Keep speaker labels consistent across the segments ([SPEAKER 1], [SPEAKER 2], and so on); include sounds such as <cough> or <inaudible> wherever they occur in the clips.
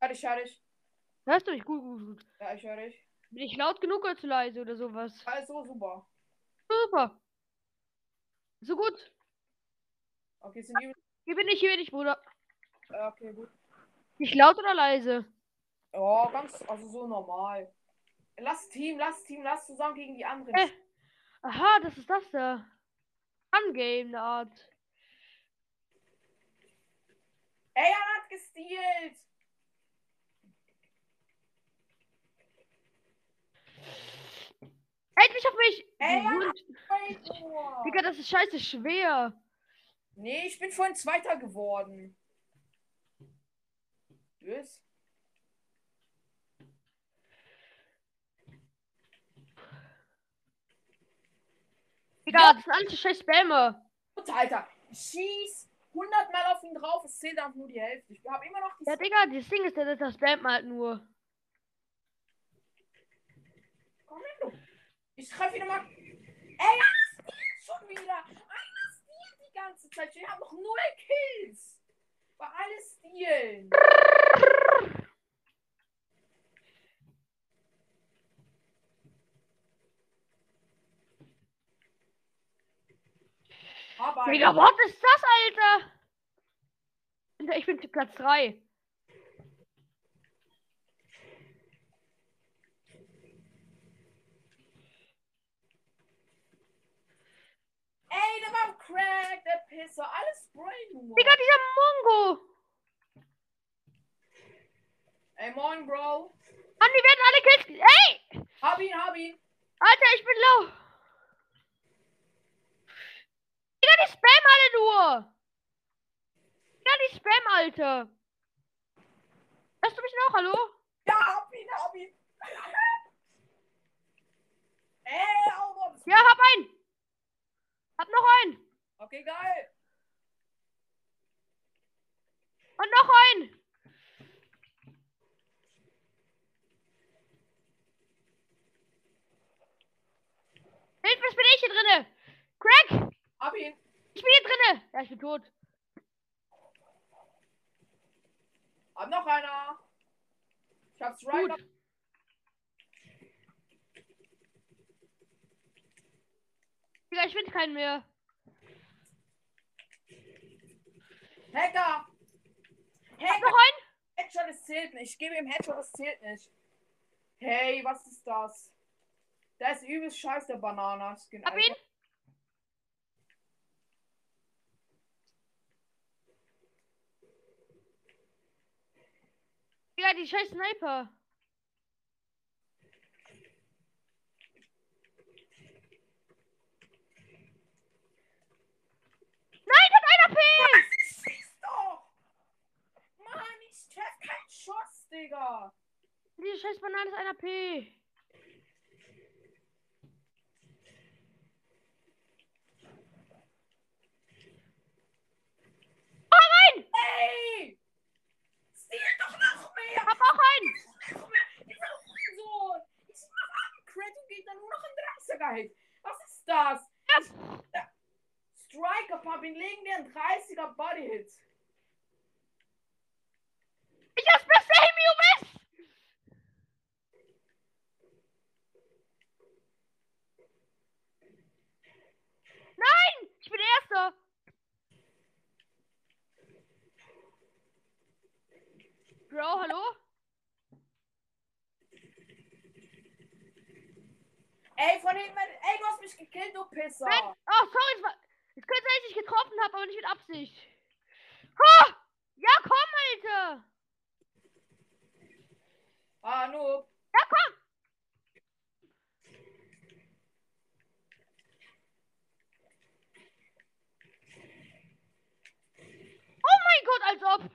[SPEAKER 1] Hör dich, hör dich.
[SPEAKER 2] Hörst du mich? Gut, gut, gut.
[SPEAKER 1] Ja, ich höre dich.
[SPEAKER 2] Bin ich laut genug oder zu leise oder sowas?
[SPEAKER 1] Alles so super.
[SPEAKER 2] Super. So gut.
[SPEAKER 1] Okay, sind die.
[SPEAKER 2] Hier bin ich, hier bin ich, Bruder.
[SPEAKER 1] Ja, Okay, gut.
[SPEAKER 2] Nicht laut oder leise?
[SPEAKER 1] Ja, ganz, also so normal. Lass Team, lass Team, lass zusammen gegen die anderen.
[SPEAKER 2] Äh. Aha, das ist das da. Angame, eine Art.
[SPEAKER 1] Ey, er hat gestealt!
[SPEAKER 2] Hält Halt mich auf mich!
[SPEAKER 1] Ey,
[SPEAKER 2] Du Hund.
[SPEAKER 1] Traitor!
[SPEAKER 2] Digga, das ist scheiße schwer.
[SPEAKER 1] Nee, ich bin vorhin Zweiter geworden. Tschüss.
[SPEAKER 2] Digga, das ist alles scheiß Spammer.
[SPEAKER 1] Gut, Alter. Ich schieß 100 Mal auf ihn drauf, es zählt einfach nur die Hälfte. Ich habe immer noch die.
[SPEAKER 2] Ja, Digga, das Ding ist, der, der spammt halt nur.
[SPEAKER 1] Komm her, du. Ich treffe ihn immer. Ey, einer stealt schon wieder. Einer stealt die ganze Zeit. Wir haben noch null Kills. Bei alles stealen. Aber
[SPEAKER 2] Digga, was ist das, Alter? Alter, Ich bin zu Platz 3.
[SPEAKER 1] Ey, der war Crack, der Pisser. Alles Brain.
[SPEAKER 2] Digga, dieser Mongo.
[SPEAKER 1] Ey, moin, Bro.
[SPEAKER 2] Mann, die werden alle Kills. ge- Ey!
[SPEAKER 1] Hab ihn, hab ihn.
[SPEAKER 2] Alter, ich bin low. Digga, die spam alle nur. Digga, die spam, Alter. Hörst du mich noch? Hallo?
[SPEAKER 1] Ja, hab ihn, hab ihn. Ey, Auto.
[SPEAKER 2] Ja, hab einen. Hab noch einen.
[SPEAKER 1] Okay, geil.
[SPEAKER 2] Und noch einen. Hilfe, was bin ich hier drinne? Crack,
[SPEAKER 1] Hab ihn.
[SPEAKER 2] ich bin hier drinne. Ja, ich bin tot.
[SPEAKER 1] Hab noch einer. Ich hab's right
[SPEAKER 2] Gut.
[SPEAKER 1] up.
[SPEAKER 2] Digga, ich finde keinen mehr.
[SPEAKER 1] Hacker.
[SPEAKER 2] Hab noch
[SPEAKER 1] Hacker.
[SPEAKER 2] einen.
[SPEAKER 1] Headshot, es zählt nicht. Ich gebe ihm Headshot, es zählt nicht. Hey, was ist das? Da ist übelst scheiß der Bananaskin.
[SPEAKER 2] Hab
[SPEAKER 1] Alter.
[SPEAKER 2] ihn. Digga, die scheiß Sniper. Nein, hat einer P!
[SPEAKER 1] Schieß doch! Mann, ich treff keinen Schuss, Digga.
[SPEAKER 2] Diese scheiß Banane ist einer P.
[SPEAKER 1] Ey! Steal doch noch mehr!
[SPEAKER 2] Hab auch einen!
[SPEAKER 1] Noch mehr! Dieser Hurensohn! Ich mach einen Crit und geht dann nur noch in 30er Hit. Was ist das? Ja. Striker Pump, ihn legen dir einen 30er Body Hit.
[SPEAKER 2] Ich hab's um bis Amy Miss! Nein! Ich bin Erster! Bro, hallo?
[SPEAKER 1] Ey, von hinten, ey, du hast mich gekillt, du Pisser.
[SPEAKER 2] Nein! Oh, sorry, es war. Es könnte sein, dass ich getroffen habe, aber nicht mit Absicht. Ha! Ja, komm, Alter!
[SPEAKER 1] Ah, Noob.
[SPEAKER 2] Ja, komm! Oh mein Gott, als ob!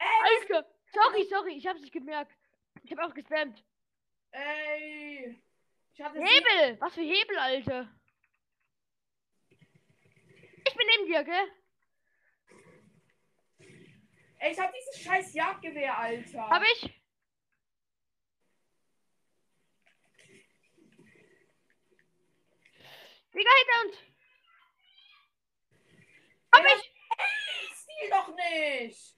[SPEAKER 1] Ey,
[SPEAKER 2] Alter, sorry, sorry, ich hab's nicht gemerkt. Ich hab auch gespammt.
[SPEAKER 1] ey. Ich hatte sie-
[SPEAKER 2] Hebel! Was für Hebel, Alter! Ich bin neben dir, gell?
[SPEAKER 1] Ey, ich hab dieses scheiß Jagdgewehr, Alter.
[SPEAKER 2] Hab ich? Digga, hinter uns. Komm, ich,
[SPEAKER 1] Ich steal doch nicht.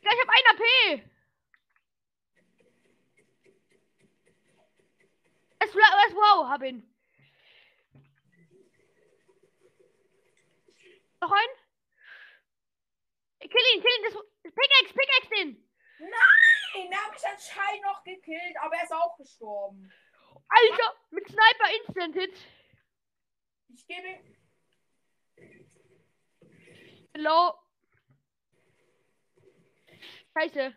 [SPEAKER 2] Digga, ich hab 1 AP. Es, es, wow, hab ihn. Noch ein? Kill ihn, kill ihn, das, Pickaxe, Pickaxe den.
[SPEAKER 1] Den habe ich anscheinend noch gekillt, aber er ist auch gestorben.
[SPEAKER 2] Alter, mit Sniper Instant Hit.
[SPEAKER 1] Ich gebe ihm.
[SPEAKER 2] Hello. Scheiße.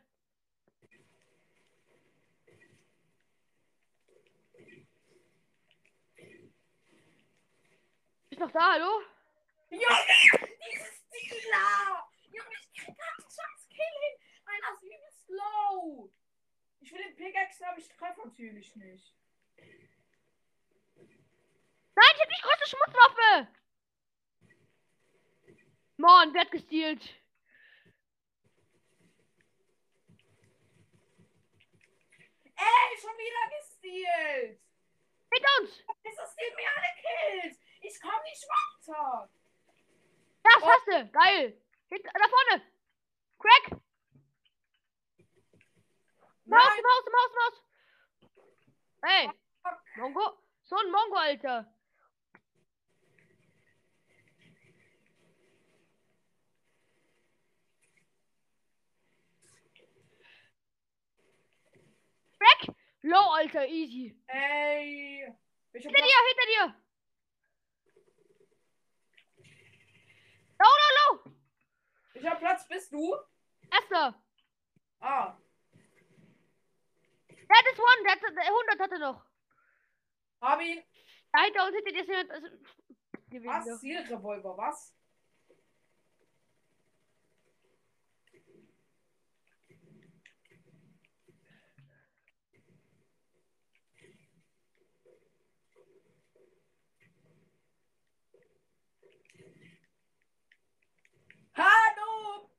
[SPEAKER 2] Bist noch da, hallo?
[SPEAKER 1] Junge, dieses Dealer! Junge, ich krieg keinen Scheiß Kill hin. Einer ist übelst low. Ich will den Pickaxe, aber ich treffe natürlich nicht.
[SPEAKER 2] Nein, ich hab die große Schmutzwaffe! Mann, wer hat gestealt?
[SPEAKER 1] Ey, schon wieder gestealt.
[SPEAKER 2] Hinter uns!
[SPEAKER 1] Dieses Team mir alle Kills. Ich komme nicht weiter.
[SPEAKER 2] Das
[SPEAKER 1] Oh.
[SPEAKER 2] hast du! Geil! Hinter, da vorne! Crack! Maus,
[SPEAKER 1] Nein,
[SPEAKER 2] Maus, Maus, Maus! Ey!
[SPEAKER 1] Fuck.
[SPEAKER 2] Mongo! So ein Mongo, Alter! Crack! Low, Alter, easy!
[SPEAKER 1] ey. Ich hab
[SPEAKER 2] Hinter dir, hinter dir! Low, low, low!
[SPEAKER 1] Ich hab Platz, bist du?
[SPEAKER 2] Erster!
[SPEAKER 1] Ah.
[SPEAKER 2] Der hat das One, der, hat, der 100 hat er noch!
[SPEAKER 1] Hab ihn.
[SPEAKER 2] Da hinter uns hinter dir ist jemand. Also, die
[SPEAKER 1] Was?
[SPEAKER 2] Winde.
[SPEAKER 1] Zielrevolver, was? Hallo!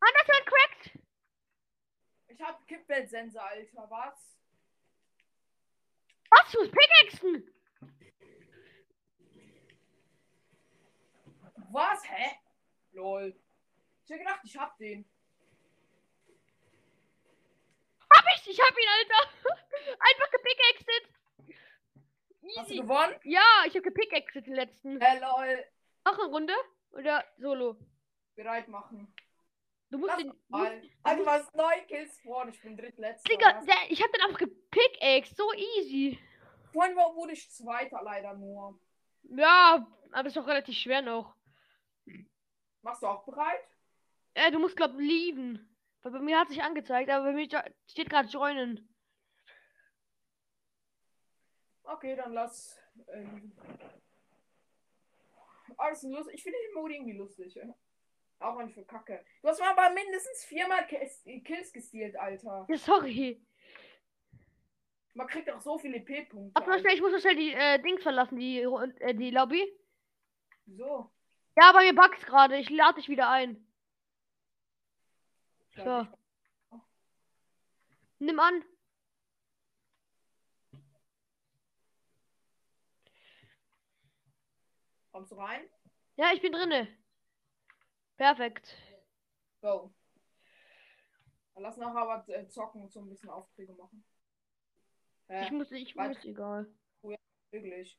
[SPEAKER 2] Anders wird cracked!
[SPEAKER 1] Ich hab Kippbeltsensor, Alter, was?
[SPEAKER 2] Was? Du bist Pickaxen!
[SPEAKER 1] Was? Hä? Lol. Ich hab gedacht, ich hab den.
[SPEAKER 2] Hab ich! Ich hab ihn, Alter! <laughs> Einfach gepickaxed!
[SPEAKER 1] Hast du
[SPEAKER 2] Easy!
[SPEAKER 1] gewonnen?
[SPEAKER 2] Ja, ich hab gepickaxed den letzten.
[SPEAKER 1] Äh, lol.
[SPEAKER 2] Noch eine Runde? Oder solo?
[SPEAKER 1] Bereit machen.
[SPEAKER 2] Du musst
[SPEAKER 1] Lass
[SPEAKER 2] den.
[SPEAKER 1] mal. Also was neun Kills vorne, ich bin drittletzter.
[SPEAKER 2] Digga,
[SPEAKER 1] Was?
[SPEAKER 2] der, ich hab den einfach gepickaxed! So easy!
[SPEAKER 1] Vorhin war- wurde ich zweiter leider nur.
[SPEAKER 2] Ja, aber ist doch relativ schwer noch.
[SPEAKER 1] Machst du auch bereit?
[SPEAKER 2] Äh, du musst, glaub, leaven. Weil bei mir hat sich angezeigt, aber bei mir jo- steht gerade joinen.
[SPEAKER 1] Okay, dann lass. Ähm, alles lustig. Ich finde den Mode irgendwie lustig. Ja? Auch wenn ich für Kacke. Du hast mir aber mindestens viermal Kills, Kills gestealt, Alter.
[SPEAKER 2] Ja, sorry.
[SPEAKER 1] Man kriegt auch so viele P-Punkte.
[SPEAKER 2] Warte mal
[SPEAKER 1] Alter.
[SPEAKER 2] schnell, ich muss mal schnell die äh, Dings verlassen, die, äh, die Lobby.
[SPEAKER 1] So.
[SPEAKER 2] Ja, bei mir bug's gerade. Ich lade dich wieder ein. So. Nimm an.
[SPEAKER 1] Kommst du rein?
[SPEAKER 2] Ja, ich bin drinne. Perfekt.
[SPEAKER 1] Go. Dann lass nachher aber äh, zocken und so ein bisschen Aufträge machen. Hä?
[SPEAKER 2] Ich muss, ich
[SPEAKER 1] Äh, warte.
[SPEAKER 2] muss, egal.
[SPEAKER 1] Wirklich.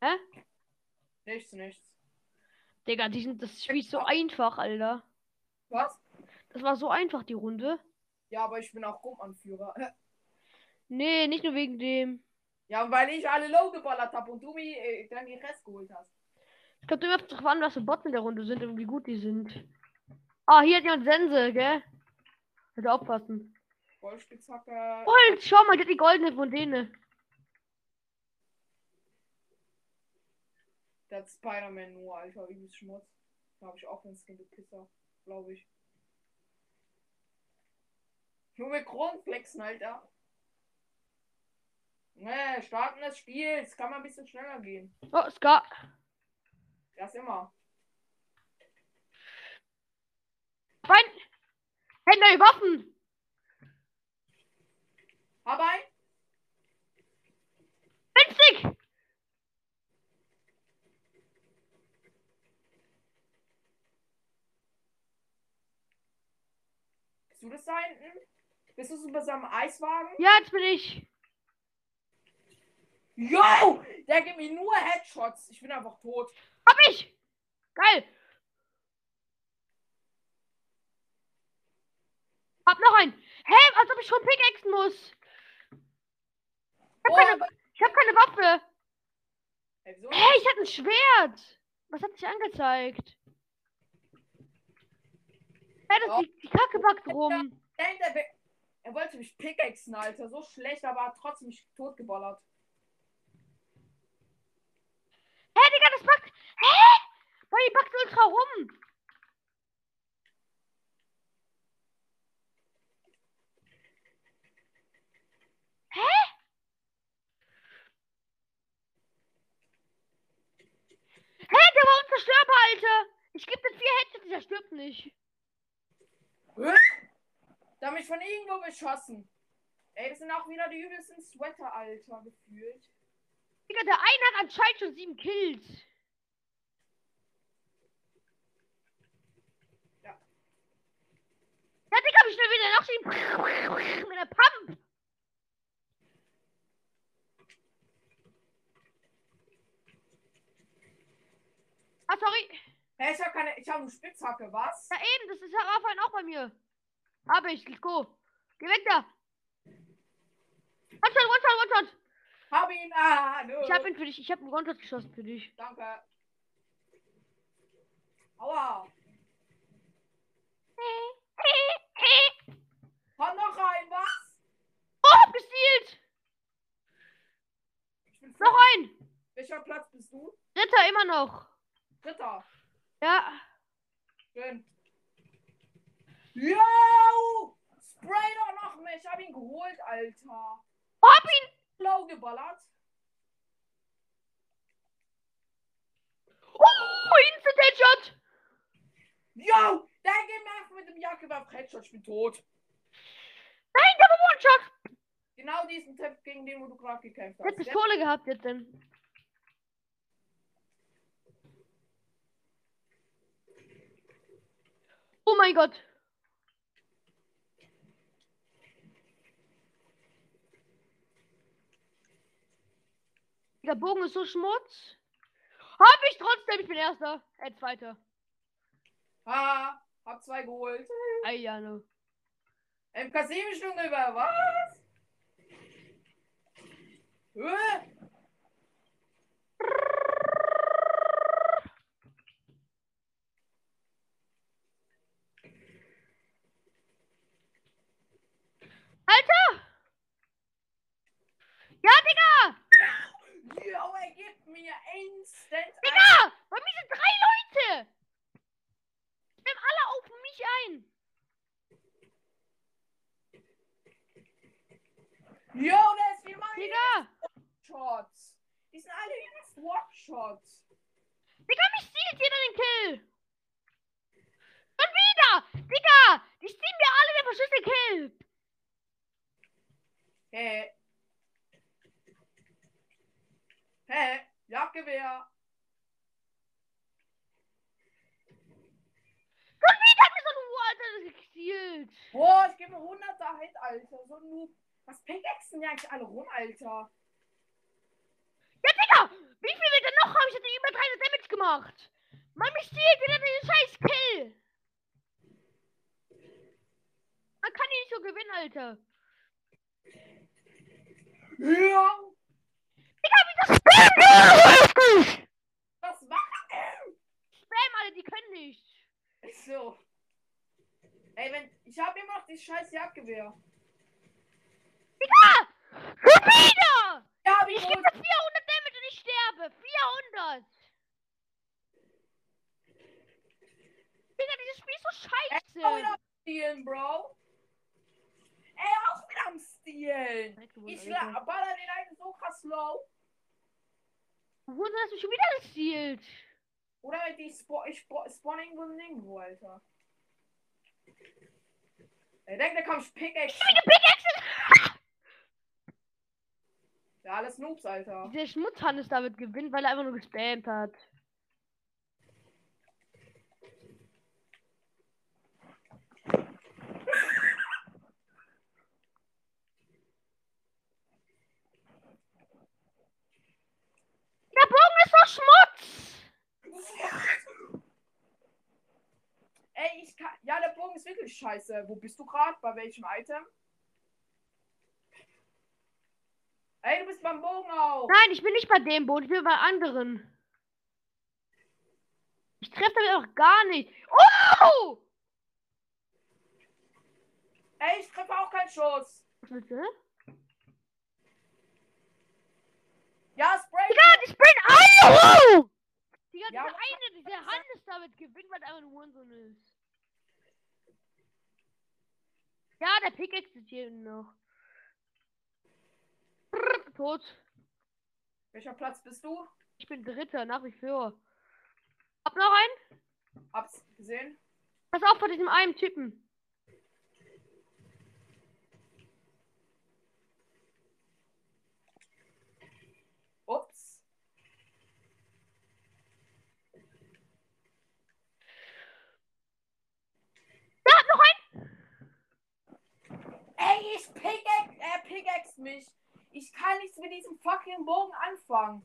[SPEAKER 2] Hä?
[SPEAKER 1] Nichts, nichts.
[SPEAKER 2] Digga, die sind, das Spiel ist so einfach, Alter.
[SPEAKER 1] Was?
[SPEAKER 2] Das war so einfach, die Runde.
[SPEAKER 1] Ja, aber ich bin auch Gruppanführer.
[SPEAKER 2] Nee, nicht nur wegen dem.
[SPEAKER 1] Ja, weil ich alle low geballert habe und du mir äh, dann den Rest geholt hast.
[SPEAKER 2] Es kommt immer drauf an, was für Bots in der Runde sind und wie gut die sind. Ah, hier hat jemand Sense, gell? Hätte aufpassen.
[SPEAKER 1] Golfspitzhacke.
[SPEAKER 2] Gold, schau mal, der hat die goldene von denen.
[SPEAKER 1] Der hat Spider-Man nur, Alter, übelst Schmutz. Da habe ich auch den Skin gepisser, glaube ich. Nur mit Kronflexen, Alter. Ne, starten das Spiel. Es kann mal ein bisschen schneller gehen.
[SPEAKER 2] Oh, Scar.
[SPEAKER 1] Das immer.
[SPEAKER 2] Fein. Hey, neue Waffen.
[SPEAKER 1] Hab ein.
[SPEAKER 2] Witzig.
[SPEAKER 1] Bist du das da hinten? Bist du so bei seinem Eiswagen?
[SPEAKER 2] Ja, jetzt bin ich.
[SPEAKER 1] Yo! Der gibt mir nur Headshots. Ich bin einfach tot.
[SPEAKER 2] Hab ich! Geil! Hab noch einen. Hä, als ob ich schon pickaxen muss.
[SPEAKER 1] Oh,
[SPEAKER 2] keine-
[SPEAKER 1] aber-
[SPEAKER 2] Ich hab keine Waffe.
[SPEAKER 1] Ey, wieso?
[SPEAKER 2] Hä, ich hatte ein Schwert. Was hat sich angezeigt? Hä, das
[SPEAKER 1] Ja.
[SPEAKER 2] liegt die Kacke backt rum.
[SPEAKER 1] Denn der will- Er wollte mich pickaxen, Alter. So schlecht, aber hat trotzdem mich totgeballert.
[SPEAKER 2] Hä, Digga, das backt. Hä? Boah, die backt ultra rum. Hä? Hä, der war unzerstörbar, Alter. Ich geb den vier Headshots, der stirbt nicht.
[SPEAKER 1] Da mich von irgendwo geschossen. Ey, das sind auch wieder die übelsten Sweater, Alter, gefühlt.
[SPEAKER 2] Digga, der eine hat anscheinend schon sieben Kills.
[SPEAKER 1] Ja.
[SPEAKER 2] Ja, Digga, wie schnell will der noch sieben? <laughs> Mit der Pump. Ah, sorry.
[SPEAKER 1] Hey, ich hab keine. Ich hab eine Spitzhacke, was?
[SPEAKER 2] Ja, eben, das ist ja Raphael auch bei mir. Hab ich, let's go. Geh weg da. One-Shot, One-Shot, One-Shot.
[SPEAKER 1] Hab ihn. Ah, nö.
[SPEAKER 2] Ich hab ihn für dich, ich hab einen One-Shot geschossen
[SPEAKER 1] <laughs>
[SPEAKER 2] für dich.
[SPEAKER 1] Danke. Aua. Komm noch rein, was?
[SPEAKER 2] Oh, hab gestealt!
[SPEAKER 1] Ich bin
[SPEAKER 2] Noch ein!
[SPEAKER 1] Welcher Platz bist du?
[SPEAKER 2] Dritter immer noch.
[SPEAKER 1] Dritter.
[SPEAKER 2] Ja.
[SPEAKER 1] Schön. Yo! Spray doch noch mich. Ich hab ihn geholt, Alter.
[SPEAKER 2] Hab ihn!
[SPEAKER 1] Blau geballert.
[SPEAKER 2] Oh, Instant Headshot!
[SPEAKER 1] Yo! Der geht mir einfach mit dem Jacke über Headshot. Ich bin tot.
[SPEAKER 2] Nein, der war One-Shot!
[SPEAKER 1] Genau diesen Tipp, gegen den wo du gerade gekämpft
[SPEAKER 2] Der hat
[SPEAKER 1] hast.
[SPEAKER 2] Pistole gehabt jetzt denn. Oh mein Gott! Der Bogen ist so schmutz. Hab ich trotzdem, ich bin erster. Äh, zweiter.
[SPEAKER 1] Ha! Hab zwei geholt.
[SPEAKER 2] Ei, ja, ne.
[SPEAKER 1] Im Kasemi-Stunde über was? Hä?
[SPEAKER 2] Alter! Ja, Digga!
[SPEAKER 1] Yo, er gibt mir instant.
[SPEAKER 2] Digga! Bei mir sind drei Leute! Die nehmen alle auf mich ein!
[SPEAKER 1] Ein. Yo, der ist wie mein
[SPEAKER 2] Digga!
[SPEAKER 1] Shots. Die sind alle übelst One-Shots.
[SPEAKER 2] Digga, mich stiehlt jeder den Kill! Und wieder! Digga! Die stehlen mir alle den verschüsselten Kill!
[SPEAKER 1] Hä? Hä? Jagdgewehr.
[SPEAKER 2] Und wieder hat mir so ein Walter gestiehlt!
[SPEAKER 1] Boah, ich gebe 100 da halt, Alter. So ein Noob. Was pickaxen die eigentlich alle rum, Alter?
[SPEAKER 2] Ja, Digga! Wie viel will denn noch haben? Ich hätte über 300 Damage gemacht! Mann, mich stiehlt jeder den scheiß Kill! Man kann hier nicht so gewinnen, Alter!
[SPEAKER 1] Ja. Was macht
[SPEAKER 2] Spam, Alter, die können nicht!
[SPEAKER 1] ich so? Ey, wenn. Ich habe immer noch die scheiß Jagdgewehr.
[SPEAKER 2] Schon wieder!
[SPEAKER 1] Ja, hab ich
[SPEAKER 2] Ich gebe
[SPEAKER 1] geholt.
[SPEAKER 2] 400 Damage und ich sterbe. 400! Digga, dieses Spiel ist so
[SPEAKER 1] Auch wieder
[SPEAKER 2] scheiße.
[SPEAKER 1] am Stehlen, Bro. Ey, auch wieder am Stehlen. Ich la- baller den einen so krass low.
[SPEAKER 2] Wo hast du schon wieder gestealt?
[SPEAKER 1] Oder halt die Spo ich spo spawn irgendwo nirgendwo, Alter. Er denkt, da kommt Pickaxe. <laughs> Ja, alles Noobs, Alter.
[SPEAKER 2] Dieser Schmutzhannes damit gewinnt, weil er einfach nur gespammt hat.
[SPEAKER 1] ich scheiße. Wo bist du gerade? Bei welchem Item? Ey, du bist beim Bogen auch.
[SPEAKER 2] Nein, ich bin nicht bei dem Boot, ich bin bei anderen. Ich treffe damit auch gar nicht. Oh!
[SPEAKER 1] Ey, ich treffe auch keinen Schuss.
[SPEAKER 2] Was willst du?
[SPEAKER 1] Ja, Spray.
[SPEAKER 2] Digga, ich bin Iowa! Digga,
[SPEAKER 1] Ja,
[SPEAKER 2] dieser
[SPEAKER 1] aber-
[SPEAKER 2] eine, dieser Hannes damit gewinnt, weil er einfach ein Hurensohn ist. Ja, der Pick existiert noch. Brrr, tot.
[SPEAKER 1] Welcher Platz bist du?
[SPEAKER 2] Ich bin Dritter, nach wie vor. Hab noch einen?
[SPEAKER 1] Hab's gesehen.
[SPEAKER 2] Pass auf vor diesem einen Typen.
[SPEAKER 1] Ups.
[SPEAKER 2] Ja, hab noch einen!
[SPEAKER 1] Ey, ich pickaxe, äh, pickaxe mich. Ich kann nichts mit diesem fucking Bogen anfangen.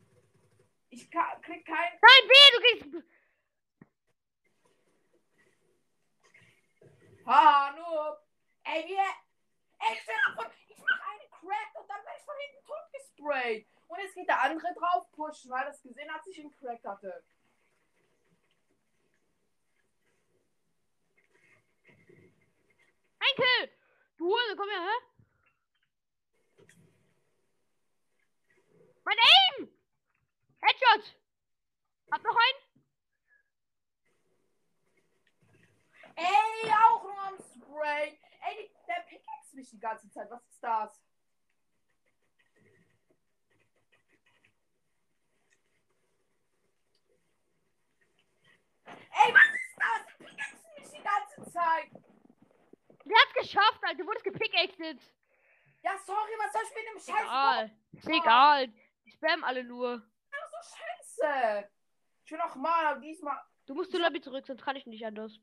[SPEAKER 1] Ich ka- krieg kein.
[SPEAKER 2] Nein, weh, du gehst.
[SPEAKER 1] Ha, nur. Ey, wir. Ey, stell dir vor, ich mach eine Crack und dann werd ich von hinten totgesprayt. Und jetzt geht der andere drauf pushen, weil das gesehen hat, dass ich einen Crack hatte.
[SPEAKER 2] Ein Kill! Du Hure, komm her, hä? Mein Aim! Headshot! Hab noch einen?
[SPEAKER 1] Ey, auch nur am Spray. Ey, die, der pickaxe mich die ganze Zeit. Was ist das? Ey, was ist das? Die pickaxe mich die ganze Zeit.
[SPEAKER 2] Der hat's geschafft, Alter. Du wurdest gepickaxed.
[SPEAKER 1] Ja, sorry, was soll ich mit dem Scheiß machen?
[SPEAKER 2] Egal. Ist egal. Die spammen alle nur.
[SPEAKER 1] So scheiße. Ich will nochmal, aber diesmal.
[SPEAKER 2] Du musst zur Lobby zurück, sonst kann ich nicht anders.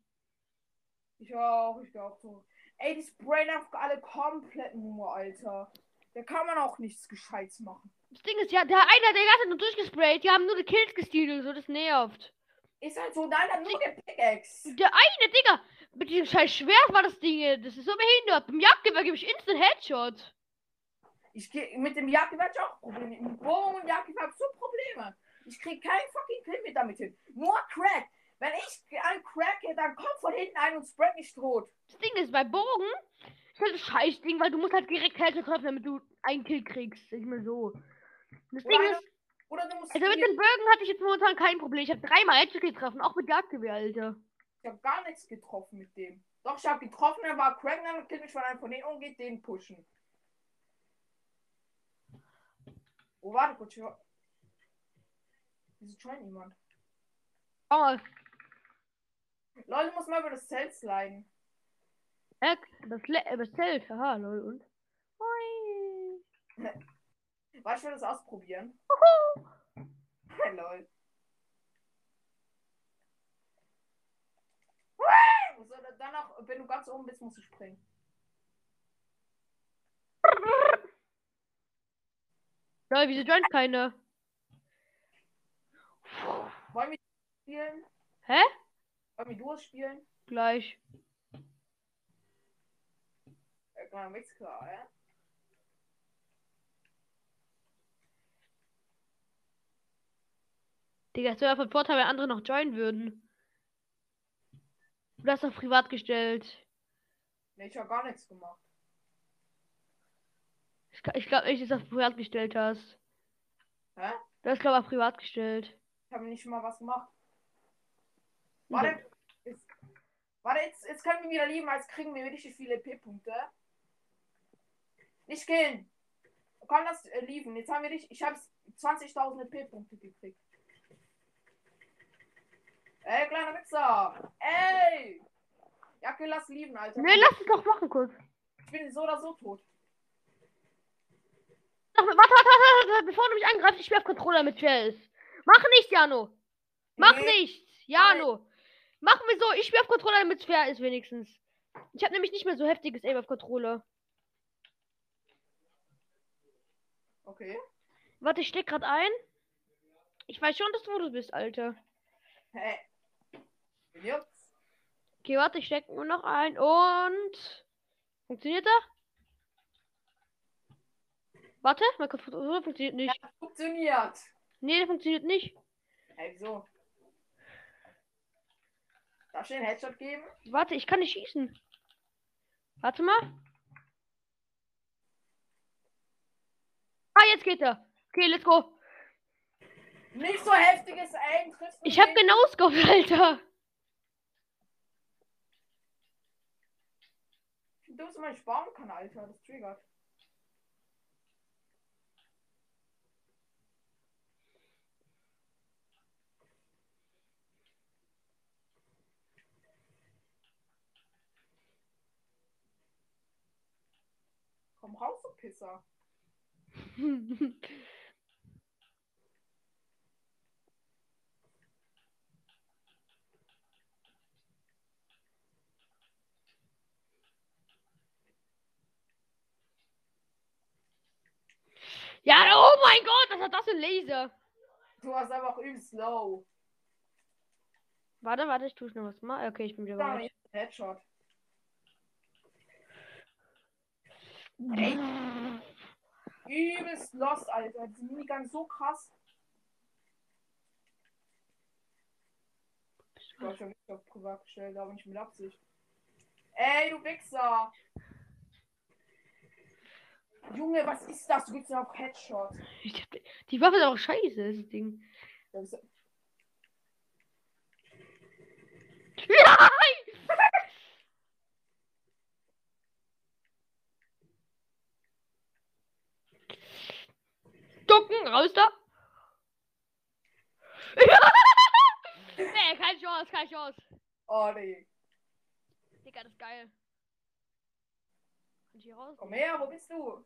[SPEAKER 1] Ich auch, ich auch so. Ey, die sprayen einfach alle komplett nur, Alter. Da kann man auch nichts Gescheites machen.
[SPEAKER 2] Das Ding ist, ja, der eine hat der ganze Zeit nur durchgesprayt. Die haben nur die Kills gestealt und so. Das nervt.
[SPEAKER 1] Ist halt so, nein, dann nur der Pickaxe.
[SPEAKER 2] Der eine, Digga, mit diesem scheiß Schwert war das Ding. Das ist so behindert. Beim Jagdgewehr gebe ich instant Headshot.
[SPEAKER 1] Ich geh, mit dem Jagdgewehr hab ich auch Probleme. Mit dem Bogen und Jagdgewehr hab ich so Probleme. Ich krieg keinen fucking Kill mit damit hin. Nur Crack. Wenn ich einen Crack hätte, dann kommt von hinten ein und sprayt mich tot.
[SPEAKER 2] Das Ding ist, bei Bogen ist halt ein scheiß Ding, weil du musst halt direkt Headshot treffen, damit du einen Kill kriegst. Sag ich mal so. Das Ding
[SPEAKER 1] Oder,
[SPEAKER 2] ist,
[SPEAKER 1] oder du musst.
[SPEAKER 2] also mit den Bögen hatte ich jetzt momentan kein Problem. Ich habe dreimal Headshot getroffen, auch mit Jagdgewehr, Alter.
[SPEAKER 1] Ich habe gar nichts getroffen mit dem. Doch, ich habe getroffen, er war crack, dann killt mich von einem von denen und geht den pushen. Oh, warte kurz. ich hör- Wieso joint niemand?
[SPEAKER 2] Schau mal.
[SPEAKER 1] Leute, muss mal über das Zelt sliden.
[SPEAKER 2] Äh, das, Le äh, das Zelt. Haha, lol, und? Hui.
[SPEAKER 1] Warte, ich will das ausprobieren. Lol. So, da- danach, wenn du ganz oben bist, musst du springen.
[SPEAKER 2] Lol, wieso joint keiner?
[SPEAKER 1] Wollen wir spielen?
[SPEAKER 2] Hä?
[SPEAKER 1] Wollen wir Duos spielen?
[SPEAKER 2] Gleich.
[SPEAKER 1] Äh, gar nichts klar, ja?
[SPEAKER 2] Digga, es wäre von Vorteil, wenn andere noch joinen würden. Du hast auf privat gestellt.
[SPEAKER 1] Nee, ich habe gar nichts gemacht.
[SPEAKER 2] Ich, ga- ich glaube nicht, dass du auf privat gestellt hast.
[SPEAKER 1] Hä?
[SPEAKER 2] Du hast, glaube ich, auf privat gestellt.
[SPEAKER 1] Ich habe nicht mal was gemacht. Warte, jetzt, warte jetzt, jetzt können wir wieder leben, als kriegen wir richtig viele P-Punkte. Nicht killen. Komm, lass äh, lieben. Jetzt haben wir dich. Ich habe 20.000 P-Punkte gekriegt. Ey, kleiner Wichser. Ey. Jacke, lass lieben, Alter.
[SPEAKER 2] Ne, lass es doch machen kurz.
[SPEAKER 1] Ich bin so oder so tot.
[SPEAKER 2] Noch, warte, warte, warte, warte, bevor du mich angreifst, ich werf Controller mit Chels. Mach nicht, Jano. Mach
[SPEAKER 1] Nee.
[SPEAKER 2] nichts, Jano. Mach mir so, ich werf Controller, damit es fair ist wenigstens. Ich habe nämlich nicht mehr so heftiges Aim auf Controller.
[SPEAKER 1] Okay.
[SPEAKER 2] Warte, ich steck grad ein. Ich weiß schon, dass du wo du bist, Alter.
[SPEAKER 1] Hey. Jups.
[SPEAKER 2] Okay, warte, ich stecke nur noch ein und. Funktioniert er? Warte, mein Computer funktioniert nicht.
[SPEAKER 1] Funktioniert.
[SPEAKER 2] Nee, der funktioniert nicht.
[SPEAKER 1] Hey, wieso? Also. Darf ich den Headshot geben?
[SPEAKER 2] Warte, ich kann nicht schießen. Warte mal. Ah, jetzt geht er. Okay, let's go.
[SPEAKER 1] Nicht so heftiges Aim trifft
[SPEAKER 2] Ich
[SPEAKER 1] nur
[SPEAKER 2] hab
[SPEAKER 1] den-
[SPEAKER 2] genau Scope, Alter.
[SPEAKER 1] Du musst mal sparen kann, Alter. Das triggert. Komm raus, du Pisser.
[SPEAKER 2] ja, oh mein Gott, das hat das für ein Laser.
[SPEAKER 1] Du warst aber auch übelst low.
[SPEAKER 2] Warte, warte, ich tue noch was mal. Okay, ich bin wieder
[SPEAKER 1] Sorry,
[SPEAKER 2] bereit.
[SPEAKER 1] jetzt ein Headshot. Übelst lost, Alter. Diese Minigun ist so krass. Ich glaube, ich habe mich auf privat gestellt, aber nicht mit Absicht. Ey, du Wichser! Junge, was ist das? Du gibst mir auf Headshot.
[SPEAKER 2] Ich hab, die Waffe ist aber scheiße, das Ding.
[SPEAKER 1] Das ist-
[SPEAKER 2] <laughs> Ducken, raus da. nee, keine Chance, keine Chance.
[SPEAKER 1] Oh, nee.
[SPEAKER 2] Digga, das ist geil. Kann ich hier raus?
[SPEAKER 1] Komm her, wo bist du?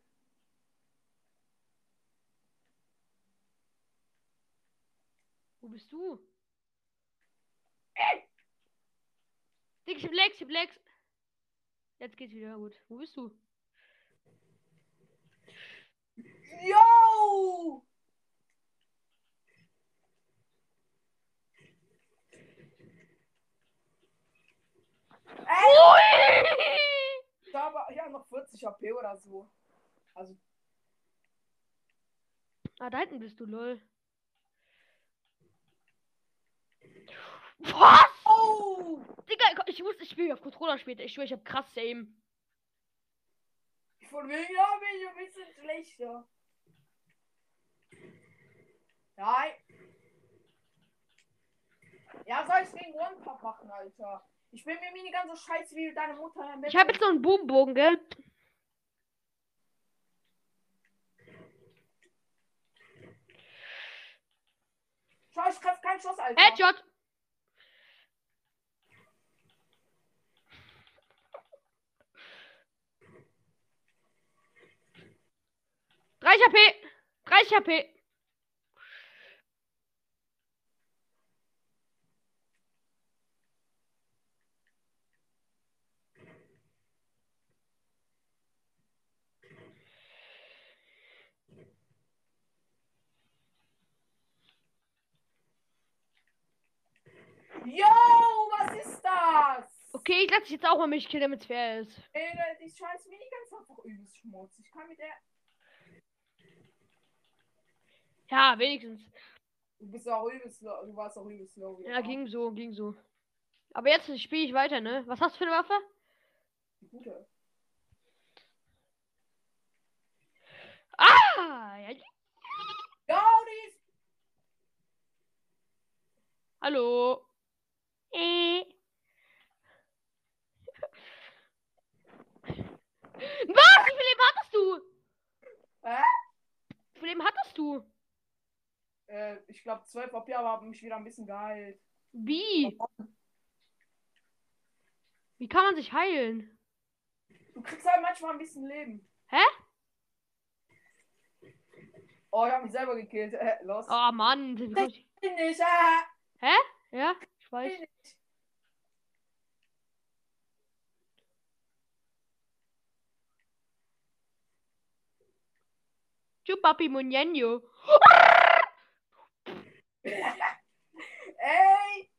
[SPEAKER 2] Wo bist du? Digga, ich hab Lex, ich hab Lex. Jetzt geht's wieder gut. Wo bist du?
[SPEAKER 1] Yo! Ey, da war ja noch 40 AP oder so. Also,
[SPEAKER 2] Ah, da hinten bist du, lol. Was?
[SPEAKER 1] oh!
[SPEAKER 2] Digga, ich muss, ich spiele auf Controller später. Ich schwöre, ich hab krass Aim.
[SPEAKER 1] Von wegen, ja, bin ich ein bisschen schlechter. Nein. Ja, soll ich den One-Pop machen, Alter? Ich bin mir nie ganz so scheiße wie deine Mutter. im Bett.
[SPEAKER 2] Ich habe jetzt so einen Boombogen, gell?
[SPEAKER 1] Schau, ich treffe keinen Schuss, Alter.
[SPEAKER 2] Headshot! Drei HP! 30 HP!
[SPEAKER 1] Yo, was ist das?
[SPEAKER 2] Okay, ich lasse dich jetzt auch mal mich killen, damit es fair ist.
[SPEAKER 1] Ey, da- die scheiß Minigans sind einfach übelst schmutzig. Ich kann mit der.
[SPEAKER 2] Ja, wenigstens.
[SPEAKER 1] Du bist auch übelst low. Du warst auch übelst low.
[SPEAKER 2] Ja, ging so, ging so. Aber jetzt spiele ich weiter, ne? Was hast du für eine Waffe?
[SPEAKER 1] Die gute.
[SPEAKER 2] Ah, ja.
[SPEAKER 1] Yo, die ist.
[SPEAKER 2] Hallo. Äh. Was? Wie viel Leben hattest du?
[SPEAKER 1] Hä?
[SPEAKER 2] Wie viel Leben hattest du?
[SPEAKER 1] Äh, ich glaube 12 AP, aber haben mich wieder ein bisschen geheilt.
[SPEAKER 2] Wie? Wie kann man sich heilen?
[SPEAKER 1] Du kriegst halt manchmal ein bisschen Leben.
[SPEAKER 2] Hä?
[SPEAKER 1] Oh, ich hab mich selber gekillt. <laughs> Äh, los.
[SPEAKER 2] Oh Mann. wie komm ich-
[SPEAKER 1] Bin ich, äh, <laughs>
[SPEAKER 2] Ja, ich weiß.
[SPEAKER 1] bin ich.
[SPEAKER 2] Chupapi Munyenyo.
[SPEAKER 1] Ey!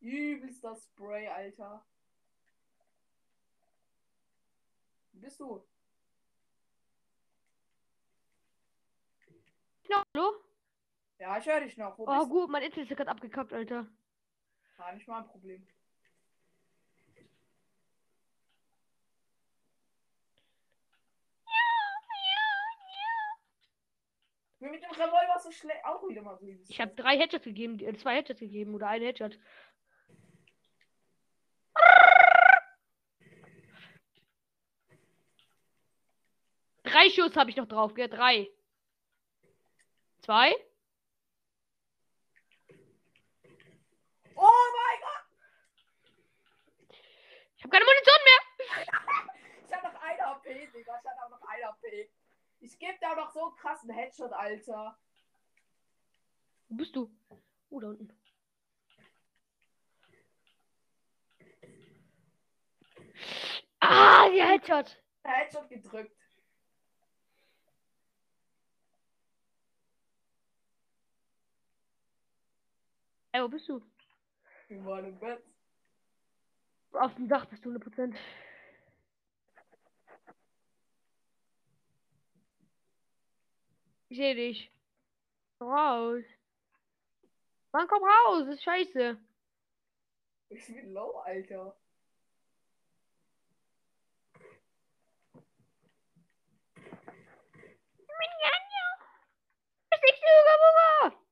[SPEAKER 1] Übelst Monster Spray, Alter. Wo bist du?
[SPEAKER 2] Noch, hallo?
[SPEAKER 1] Ja, ich höre dich noch. Wo
[SPEAKER 2] Oh
[SPEAKER 1] bist
[SPEAKER 2] gut, mein Internet ist gerade abgekappt, Alter.
[SPEAKER 1] du? War nicht mal ein Problem. Mir mit dem Revolver so schlecht auch wieder mal so. übelst.
[SPEAKER 2] Ich habe drei Headshots gegeben, äh, zwei Headshots gegeben oder einen Headshot. Drei Schuss habe ich noch drauf, gell? Drei. Zwei?
[SPEAKER 1] Oh mein Gott!
[SPEAKER 2] Ich habe keine Munition mehr.
[SPEAKER 1] Ich hab noch 1 HP, Digga. Ich hab auch noch 1 HP. Ich geb da noch so einen krassen Headshot, Alter.
[SPEAKER 2] Wo bist du? Oh, da unten. Ah, der Headshot.
[SPEAKER 1] Headshot gedrückt.
[SPEAKER 2] Ey, wo bist du?
[SPEAKER 1] In meinem Bett.
[SPEAKER 2] Auf dem Dach bist du 100%. Ich sehe dich. Komm Raus. Mann, komm raus, das ist scheiße.
[SPEAKER 1] Ich bin low, Alter.
[SPEAKER 2] Was denkst du, Gamora?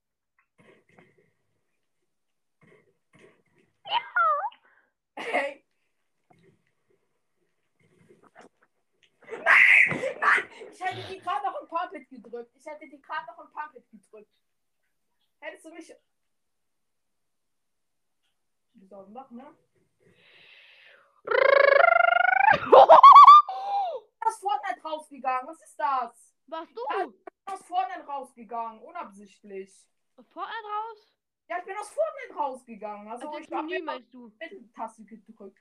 [SPEAKER 1] Hey. Nein! Nein! Ich hätte die gerade noch ein Pumpet gedrückt. Ich hätte die gerade noch ein Pumpet gedrückt. Hättest du mich. Du bist auf dem Dach, ne? Aus Fortnite rausgegangen. Was ist das?
[SPEAKER 2] <laughs> Warst du?
[SPEAKER 1] Ich bin aus Fortnite rausgegangen. Unabsichtlich.
[SPEAKER 2] Fortnite raus?
[SPEAKER 1] Ja, ich bin aus Fortnite rausgegangen. Also,
[SPEAKER 2] Also
[SPEAKER 1] ich
[SPEAKER 2] ins
[SPEAKER 1] habe
[SPEAKER 2] Menü
[SPEAKER 1] die
[SPEAKER 2] meinst du?
[SPEAKER 1] Taste gedrückt.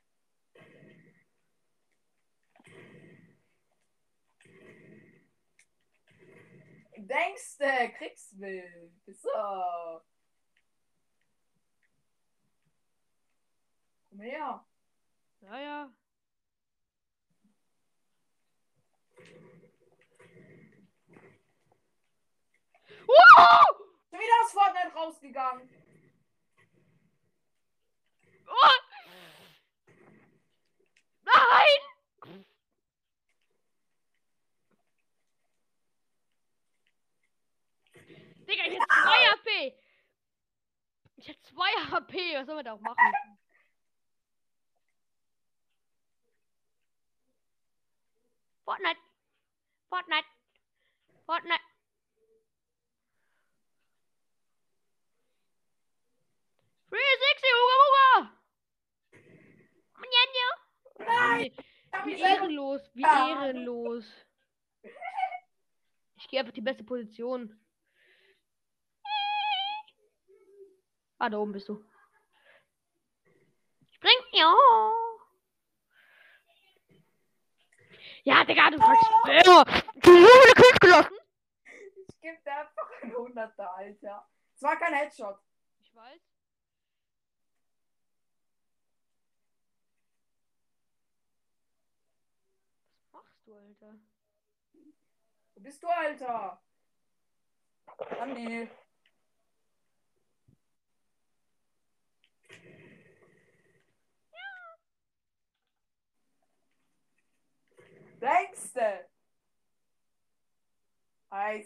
[SPEAKER 1] Denkst du, kriegst will. So. Komm her.
[SPEAKER 2] Ja, ja.
[SPEAKER 1] Schon wieder aus Fortnite rausgegangen.
[SPEAKER 2] Nein! Digga, ich hab 2 HP! Ich hab 2 HP, was soll man da auch machen? Fortnite! Fortnite! Fortnite! Free 60, Huga Huga! Mnjanjo! Nein!
[SPEAKER 1] Ich hab
[SPEAKER 2] Wie
[SPEAKER 1] mich selber-
[SPEAKER 2] ehrenlos, wie
[SPEAKER 1] Ah.
[SPEAKER 2] ehrenlos. Ich gehe einfach die beste Position. Ah, da oben bist du. Spring! Ja! Ja, Digga, du Verspinner! Du hast so viele Kills gelassen!
[SPEAKER 1] Ich geb dir einfach ein Hunderter, Alter. Es war kein Headshot.
[SPEAKER 2] Ich weiß. Was machst du, Alter?
[SPEAKER 1] Wo bist du, Alter? Ah, nee. Denkst du? I swear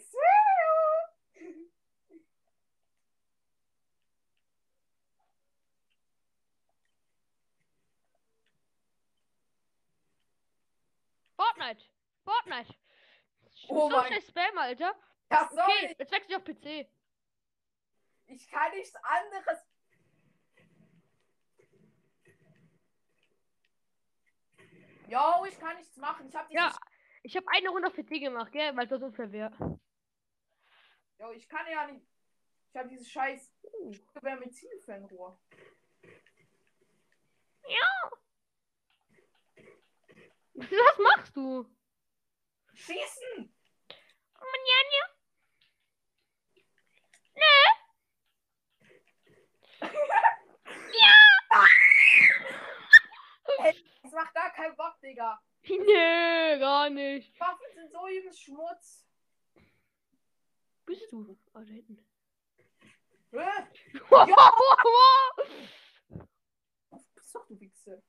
[SPEAKER 1] you.
[SPEAKER 2] Fortnite! Fortnite!
[SPEAKER 1] Oh
[SPEAKER 2] so
[SPEAKER 1] mein-
[SPEAKER 2] scheiß Spam, Alter.
[SPEAKER 1] Ja, sorry.
[SPEAKER 2] Okay, jetzt wechsel ich auf PC.
[SPEAKER 1] Ich kann nichts anderes. Jo, ich kann nichts machen. Ich hab dieses
[SPEAKER 2] Ja, ich habe eine Runde auf PC gemacht, gell, weil das unfair wäre.
[SPEAKER 1] Jo, ich kann ja nicht. Ich habe dieses scheiß Gewehr mit Zielfernrohr.
[SPEAKER 2] Was machst du?
[SPEAKER 1] Schießen!
[SPEAKER 2] Manjanja?
[SPEAKER 1] Digga.
[SPEAKER 2] Nee, gar nicht.
[SPEAKER 1] Waffen sind so übelst Schmutz.
[SPEAKER 2] Bist du? Ah, da hinten.
[SPEAKER 1] Hä?
[SPEAKER 2] <laughs> Wow, wow, wow.
[SPEAKER 1] Bist doch du Wichse.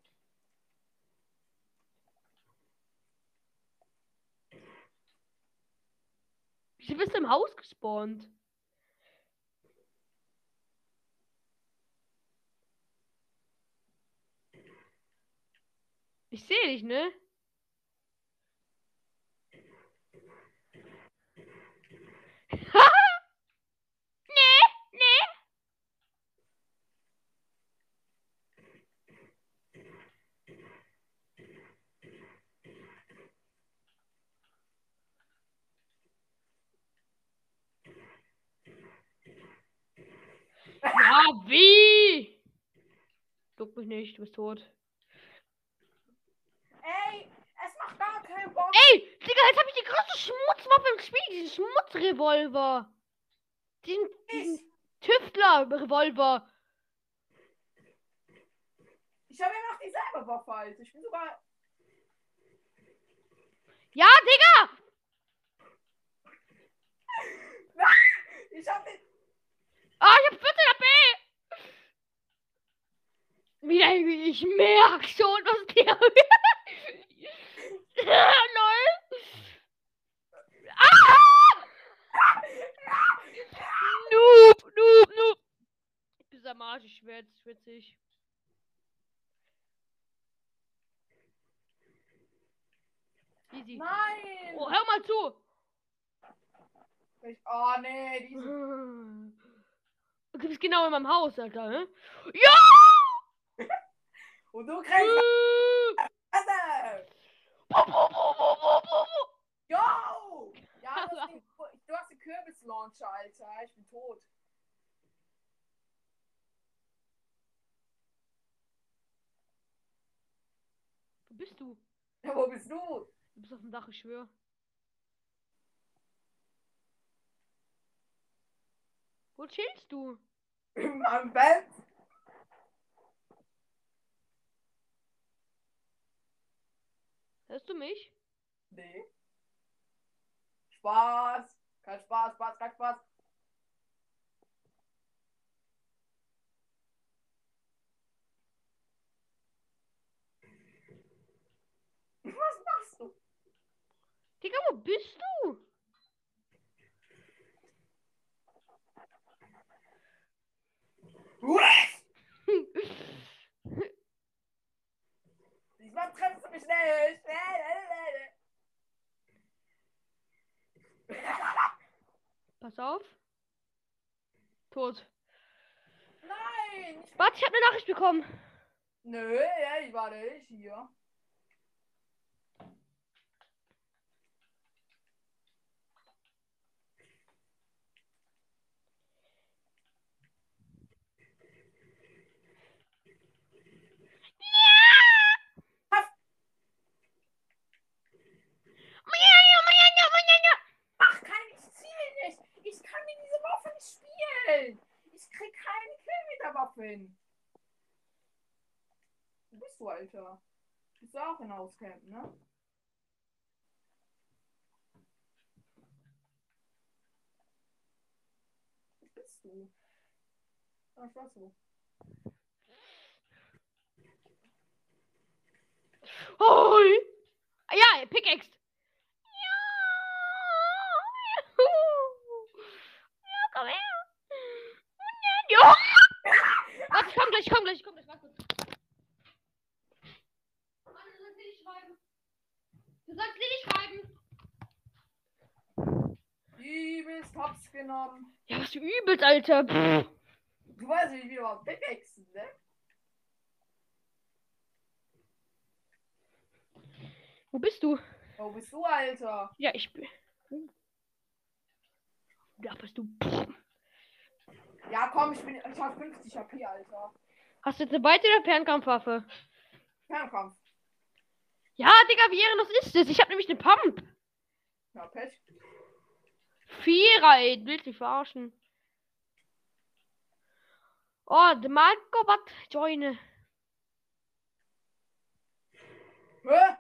[SPEAKER 2] Wieso bist du im Haus gespawnt? Ich sehe dich, ne? <laughs> Ja, wie? Duck mich nicht, du bist tot.
[SPEAKER 1] Ey, es macht gar keinen Bock.
[SPEAKER 2] Ey, Digga, jetzt habe ich die größte Schmutzwaffe im Spiel, diesen Schmutzrevolver. Diesen, diesen
[SPEAKER 1] Ich,
[SPEAKER 2] Tüftler-Revolver.
[SPEAKER 1] ich habe ja noch dieselbe Waffe, Alter. Ich bin sogar.
[SPEAKER 2] Ja, Digga!
[SPEAKER 1] Ich habe den.
[SPEAKER 2] Ah, ich hab 14 HP! Wieder, ich merk schon, was der <laughs> Ah, Lol! Ah! Noob, noob, noob! Dieser Marsch, ich werde witzig. Easy.
[SPEAKER 1] Nein!
[SPEAKER 2] Oh, hör mal zu!
[SPEAKER 1] Ich, oh nee, die ist.
[SPEAKER 2] Du bist genau in meinem Haus, Alter, ne? Ja!
[SPEAKER 1] Und du
[SPEAKER 2] <laughs>
[SPEAKER 1] kriegst Wasser! Yo! Ja, du hast, den, du hast den Kürbislauncher, Alter. Ich bin tot.
[SPEAKER 2] Wo bist du?
[SPEAKER 1] Ja, wo bist du?
[SPEAKER 2] Du bist auf dem Dach, ich schwöre. Wo chillst du?
[SPEAKER 1] In meinem Bett?
[SPEAKER 2] Hörst du mich?
[SPEAKER 1] Nee. Spaß! Kein Spaß, Spaß, kein Spaß. Was machst du?
[SPEAKER 2] Digga, wo bist du?
[SPEAKER 1] Diesmal trennst du mich nicht.
[SPEAKER 2] Pass auf. Tot.
[SPEAKER 1] <laughs> Nein! Ich,
[SPEAKER 2] Warte, ich hab eine Nachricht bekommen.
[SPEAKER 1] nö, ich war nicht hier. Ach, kein, ich ziel nicht. Ich kann mit dieser Waffe nicht spielen. Ich krieg keine Kill mit der Waffe hin. Wo bist du, Alter? Bist du auch in Hauscamp, ne? Wo bist du? Ah, ich weiß wo.
[SPEAKER 2] Hoi! Ah, Ja, Pickaxe. Ja. Juhu. Ja, komm her. Ja, ja. Warte, ich komm gleich, ich komm gleich, ich komm gleich, warte kurz. Warte, du sollst dir nicht schreiben. Du sollst dir nicht schreiben.
[SPEAKER 1] Übelst hops genommen.
[SPEAKER 2] Ja, was du übelst, Alter. Pff.
[SPEAKER 1] Du weißt nicht, wie wir überhaupt wegwechseln, ne?
[SPEAKER 2] Wo bist du?
[SPEAKER 1] Wo bist du, Alter?
[SPEAKER 2] Ja, ich bin. Da bist du. Pff.
[SPEAKER 1] Ja, komm, ich bin. Ich hab 50 HP, Alter.
[SPEAKER 2] Hast du jetzt eine Beite oder Fernkampfwaffe?
[SPEAKER 1] Fernkampf.
[SPEAKER 2] Ja, Digga, wie ehrenlos ist das? Ich hab nämlich eine Pump.
[SPEAKER 1] Ja, Pech.
[SPEAKER 2] Vierer, ey, willst mich verarschen. Oh, der Marco, was? Joine.
[SPEAKER 1] Hä?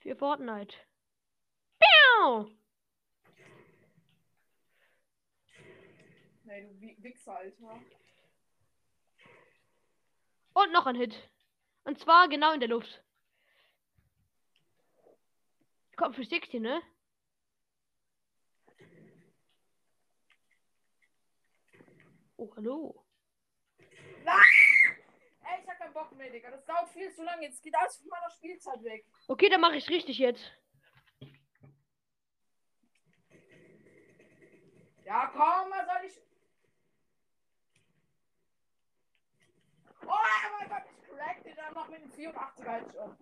[SPEAKER 2] Für Fortnite. Piau!
[SPEAKER 1] Nee, du Wi- Wichser, Alter.
[SPEAKER 2] Und noch ein Hit. Und zwar genau in der Luft. Kommt für 60, ne? Oh, hallo.
[SPEAKER 1] Ey, ich hab keinen Bock mehr, Digga. Das dauert viel zu lange. Jetzt geht alles von meiner Spielzeit weg.
[SPEAKER 2] Okay, dann mache ich richtig jetzt.
[SPEAKER 1] Ja, komm, was soll ich. Oh mein Gott, ich crack dir dann noch mit dem 84er halt schon.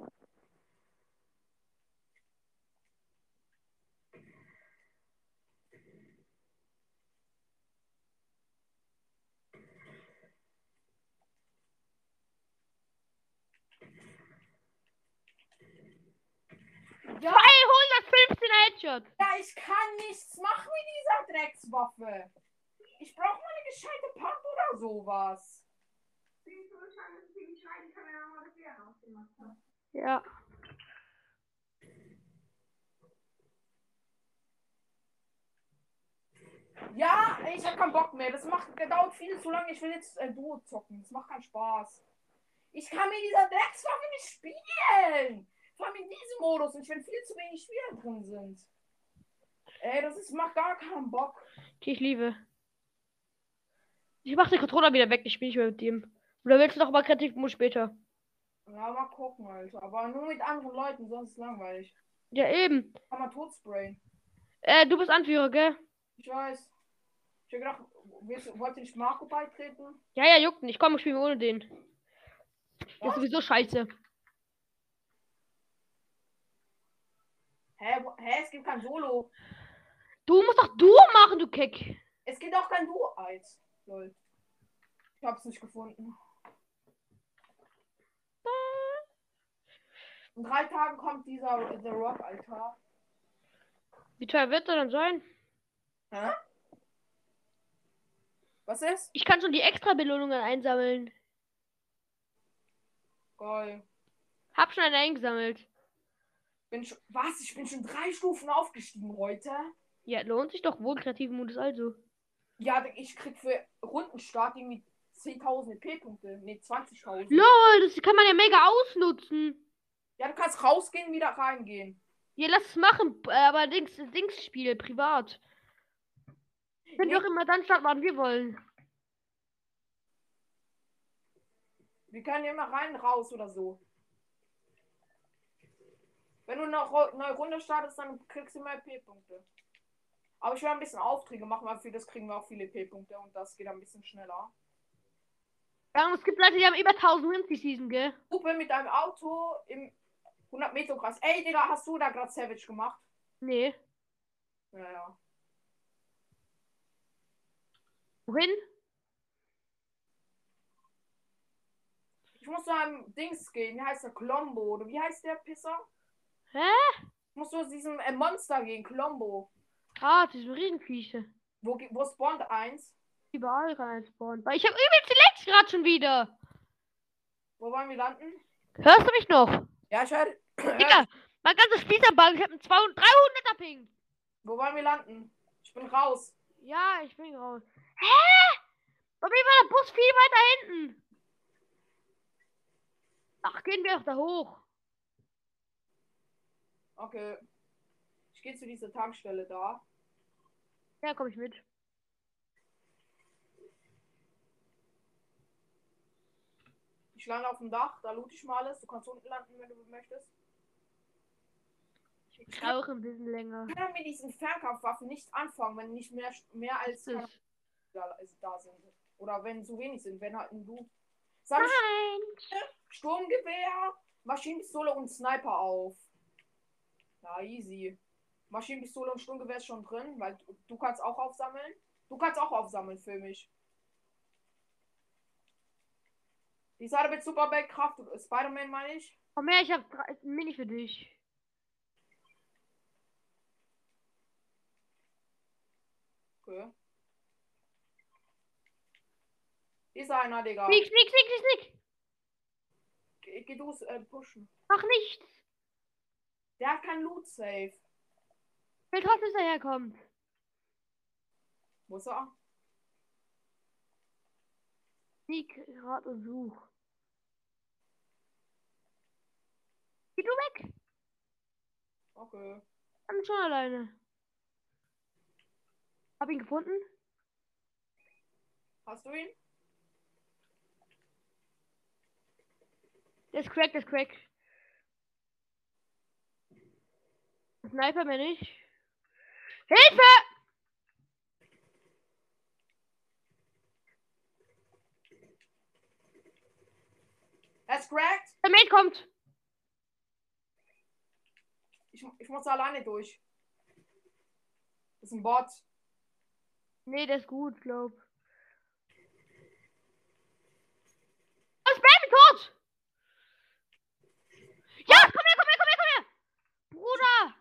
[SPEAKER 1] Ja.
[SPEAKER 2] 215er Headshot.
[SPEAKER 1] Ja, ich kann nichts machen mit dieser Dreckswaffe. Ich brauche mal eine gescheite Pump oder sowas.
[SPEAKER 2] Ja.
[SPEAKER 1] Ja, ich hab keinen Bock mehr. Das macht, das dauert viel zu lange. Ich will jetzt äh, Duo zocken. Das macht keinen Spaß. Ich kann mit dieser Dreckswaffe nicht spielen. Vor allem in diesem Modus. Und wenn viel zu wenig Spieler drin sind. Ey, das ist, macht gar keinen Bock.
[SPEAKER 2] Okay, ich liebe. Ich mach den Controller wieder weg, ich spiele nicht mehr mit dem. Oder willst du noch mal kreativ muss später?
[SPEAKER 1] Ja, mal gucken, Alter. Aber nur mit anderen Leuten, sonst ist es langweilig.
[SPEAKER 2] Ja, eben.
[SPEAKER 1] Kann man totsprayen.
[SPEAKER 2] Äh, du bist Anführer, gell?
[SPEAKER 1] Ich weiß. Ich hab gedacht, willst- wollt ihr nicht Marco beitreten?
[SPEAKER 2] Ja, ja, juckt nicht. Komm, ich spiele ohne den. Der ist sowieso scheiße.
[SPEAKER 1] Hä, wo- hä, es gibt kein Solo.
[SPEAKER 2] Du musst doch Duo machen, du Keck.
[SPEAKER 1] Es gibt auch kein Duo als. Lol. Ich hab's nicht gefunden. In drei Tagen kommt dieser The Rock, Alter.
[SPEAKER 2] Wie teuer wird er dann sein?
[SPEAKER 1] Was ist?
[SPEAKER 2] Ich kann schon die extra Belohnungen einsammeln.
[SPEAKER 1] Geil.
[SPEAKER 2] Hab schon eine eingesammelt.
[SPEAKER 1] Bin schon, was? Ich bin schon drei Stufen aufgestiegen heute.
[SPEAKER 2] Ja, lohnt sich doch wohl kreativen Modus also.
[SPEAKER 1] Ja, ich krieg für Rundenstart irgendwie 10.000 P-Punkte. Ne, 20.000.
[SPEAKER 2] LOL, das kann man ja mega ausnutzen.
[SPEAKER 1] Ja, du kannst rausgehen, wieder reingehen.
[SPEAKER 2] Ja, lass es machen, äh, aber Dings, Dings Spiel, privat. Können
[SPEAKER 1] Nee.
[SPEAKER 2] wir auch immer dann starten, wann wir wollen.
[SPEAKER 1] Wir können ja immer rein, raus oder so. Wenn du eine Ro- neue Runde startest, dann kriegst du mehr P-Punkte. Aber ich werde ein bisschen Aufträge machen, weil für das kriegen wir auch viele P-Punkte und das geht ein bisschen schneller.
[SPEAKER 2] Ja, es gibt Leute, die haben über 1000 Wins die Season, gell?
[SPEAKER 1] Gruppe mit einem Auto im 100 Meter Kreis. Ey, Digga, hast du da gerade Savage gemacht?
[SPEAKER 2] Nee.
[SPEAKER 1] Naja.
[SPEAKER 2] Wohin?
[SPEAKER 1] Ich muss zu einem Dings gehen. Wie heißt der? Colombo. Oder wie heißt der Pisser?
[SPEAKER 2] Hä?
[SPEAKER 1] Ich muss zu diesem äh, Monster gehen. Colombo.
[SPEAKER 2] Ah, diese Riesenviecher.
[SPEAKER 1] Wo, ge- wo spawnt eins?
[SPEAKER 2] Überall rein spawnen. Weil ich habe übelst die Legs gerade schon wieder.
[SPEAKER 1] Wo wollen wir landen?
[SPEAKER 2] Hörst du mich noch?
[SPEAKER 1] Ja, ich höre. <clears throat>
[SPEAKER 2] Digga, mein ganzes Spiel ist am Ball. Ich habe einen 200, 300er Ping.
[SPEAKER 1] Wo wollen wir landen? Ich bin raus.
[SPEAKER 2] Ja, ich bin raus. Hä? Bei mir war der Bus viel weiter hinten. Ach, gehen wir doch da hoch.
[SPEAKER 1] Okay. Ich gehe zu dieser Tankstelle da.
[SPEAKER 2] Ja, komm ich mit.
[SPEAKER 1] Ich lande auf dem Dach, da loot ich mal alles. Du kannst unten landen, wenn du möchtest.
[SPEAKER 2] Ich brauche ein bisschen länger.
[SPEAKER 1] Ich kann mit diesen Fernkampfwaffen nicht anfangen, wenn nicht mehr, mehr als
[SPEAKER 2] Das ist-
[SPEAKER 1] da, also da sind. Oder wenn zu wenig sind, wenn halt ein Du. Sag ich
[SPEAKER 2] Nein.
[SPEAKER 1] Sturmgewehr, Maschinenpistole und Sniper auf. Ja, easy. Maschinenpistole und Sturmgewehr ist schon drin, weil du, du kannst auch aufsammeln. Du kannst auch aufsammeln für mich. Die Seite mit Superbad Kraft, Spider-Man meine ich.
[SPEAKER 2] Komm her, ich habe drei Mini für dich.
[SPEAKER 1] Okay. Hier Ist einer, Digga.
[SPEAKER 2] Nix, nix, nix, nix, nix.
[SPEAKER 1] Geh, geh du es äh, pushen.
[SPEAKER 2] Mach nichts.
[SPEAKER 1] Der hat kein Loot safe.
[SPEAKER 2] Ich will trotzdem, dass er herkommt.
[SPEAKER 1] Muss er?
[SPEAKER 2] Sneak, Rat und Such. Geh du weg?
[SPEAKER 1] Okay.
[SPEAKER 2] Dann schon alleine. Hab ihn gefunden?
[SPEAKER 1] Hast du ihn?
[SPEAKER 2] Der ist crack, der ist crack. Sniper bin ich. Hilfe!
[SPEAKER 1] Er ist cracked.
[SPEAKER 2] Der Mate kommt.
[SPEAKER 1] Ich, ich muss da alleine durch. Das ist ein Bot.
[SPEAKER 2] Nee, der ist gut, glaub. Das Baby tot! Ja, komm her, komm her, komm her, komm her! Bruder!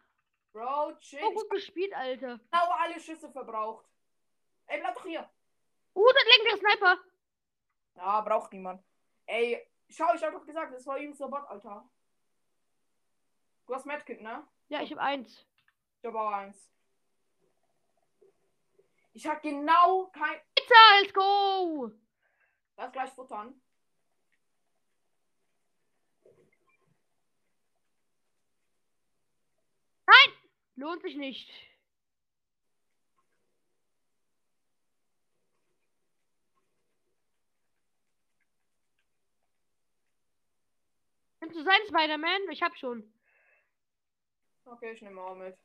[SPEAKER 1] Bro, chill.
[SPEAKER 2] So
[SPEAKER 1] Ich
[SPEAKER 2] gut gespielt, Alter.
[SPEAKER 1] hab genau alle Schüsse verbraucht. Ey, bleib doch hier.
[SPEAKER 2] Uh, das lenkt der Sniper.
[SPEAKER 1] Ja, braucht niemand. Ey, schau, ich hab doch gesagt, das war übelst der Bot, Alter. Du hast Medkit, ne?
[SPEAKER 2] Ja, ich hab eins.
[SPEAKER 1] Ich hab auch eins. Ich hab genau kein.
[SPEAKER 2] Pizza, let's go!
[SPEAKER 1] Lass gleich futtern.
[SPEAKER 2] Lohnt sich nicht. Kannst du sein, Spider-Man? Ich hab schon.
[SPEAKER 1] Okay, ich nehme auch mit.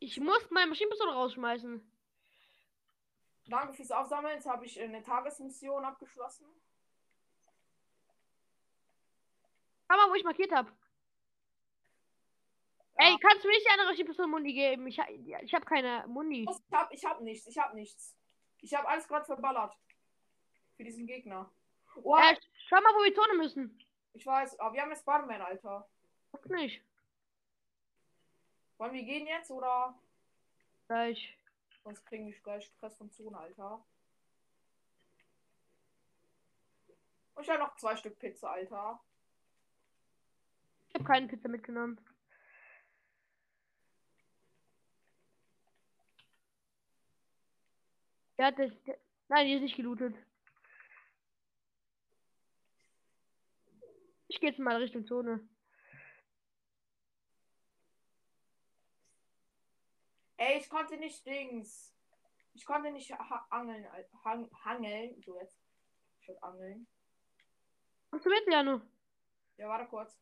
[SPEAKER 2] Ich muss meine Maschinenpistole rausschmeißen.
[SPEAKER 1] Danke fürs Aufsammeln. Jetzt habe ich eine Tagesmission abgeschlossen.
[SPEAKER 2] Schau mal, wo ich markiert hab.
[SPEAKER 1] Ja.
[SPEAKER 2] Ey, kannst du mir nicht die andere Maschinenpistole Mundi geben? Ich, ha- ich hab keine Mundi.
[SPEAKER 1] Also Ich hab, ich hab nichts, ich hab nichts. Ich hab alles gerade verballert. Für diesen Gegner. Wow,
[SPEAKER 2] Äh, schau mal, wo wir Zone müssen.
[SPEAKER 1] ich weiß, aber wir haben jetzt Spider-Man, Alter.
[SPEAKER 2] Guck nicht.
[SPEAKER 1] Wollen wir gehen jetzt oder?
[SPEAKER 2] Gleich.
[SPEAKER 1] Sonst kriegen ich gleich Stress von Zone, Alter. Und ich habe noch zwei Stück Pizza, Alter.
[SPEAKER 2] Ich hab keine Pizza mitgenommen. Der hat das. Der, nein, die ist nicht gelootet. Ich gehe jetzt mal Richtung Zone.
[SPEAKER 1] Ey, ich konnte nicht Dings. Ich konnte nicht ha angeln, Al- hang hangeln. So jetzt. Ich würde angeln.
[SPEAKER 2] Kommst du mit, Janu?
[SPEAKER 1] Ja, warte kurz.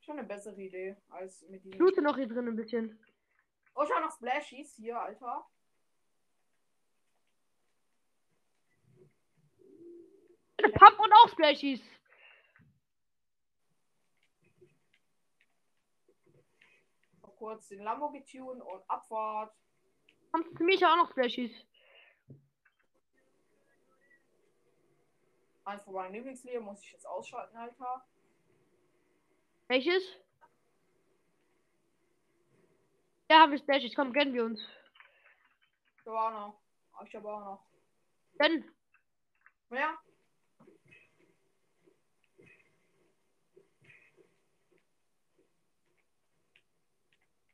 [SPEAKER 1] Schon eine bessere Idee als mit
[SPEAKER 2] Ich
[SPEAKER 1] diesem.
[SPEAKER 2] loote noch hier drin ein bisschen.
[SPEAKER 1] Oh, schau noch Splashies hier, Alter.
[SPEAKER 2] Eine Pump und auch Splashies.
[SPEAKER 1] Noch kurz den Lambo getun und Abfahrt.
[SPEAKER 2] Kommst du zu mir? Ich hab auch noch Splashies.
[SPEAKER 1] Eins von meinen Lieblingsleben muss ich jetzt ausschalten, Alter.
[SPEAKER 2] Welches? Da haben wir Splashies. Komm, gönnen wir uns.
[SPEAKER 1] Ich habe auch noch. Ah, Ich habe auch noch.
[SPEAKER 2] Gönnen.
[SPEAKER 1] Ja.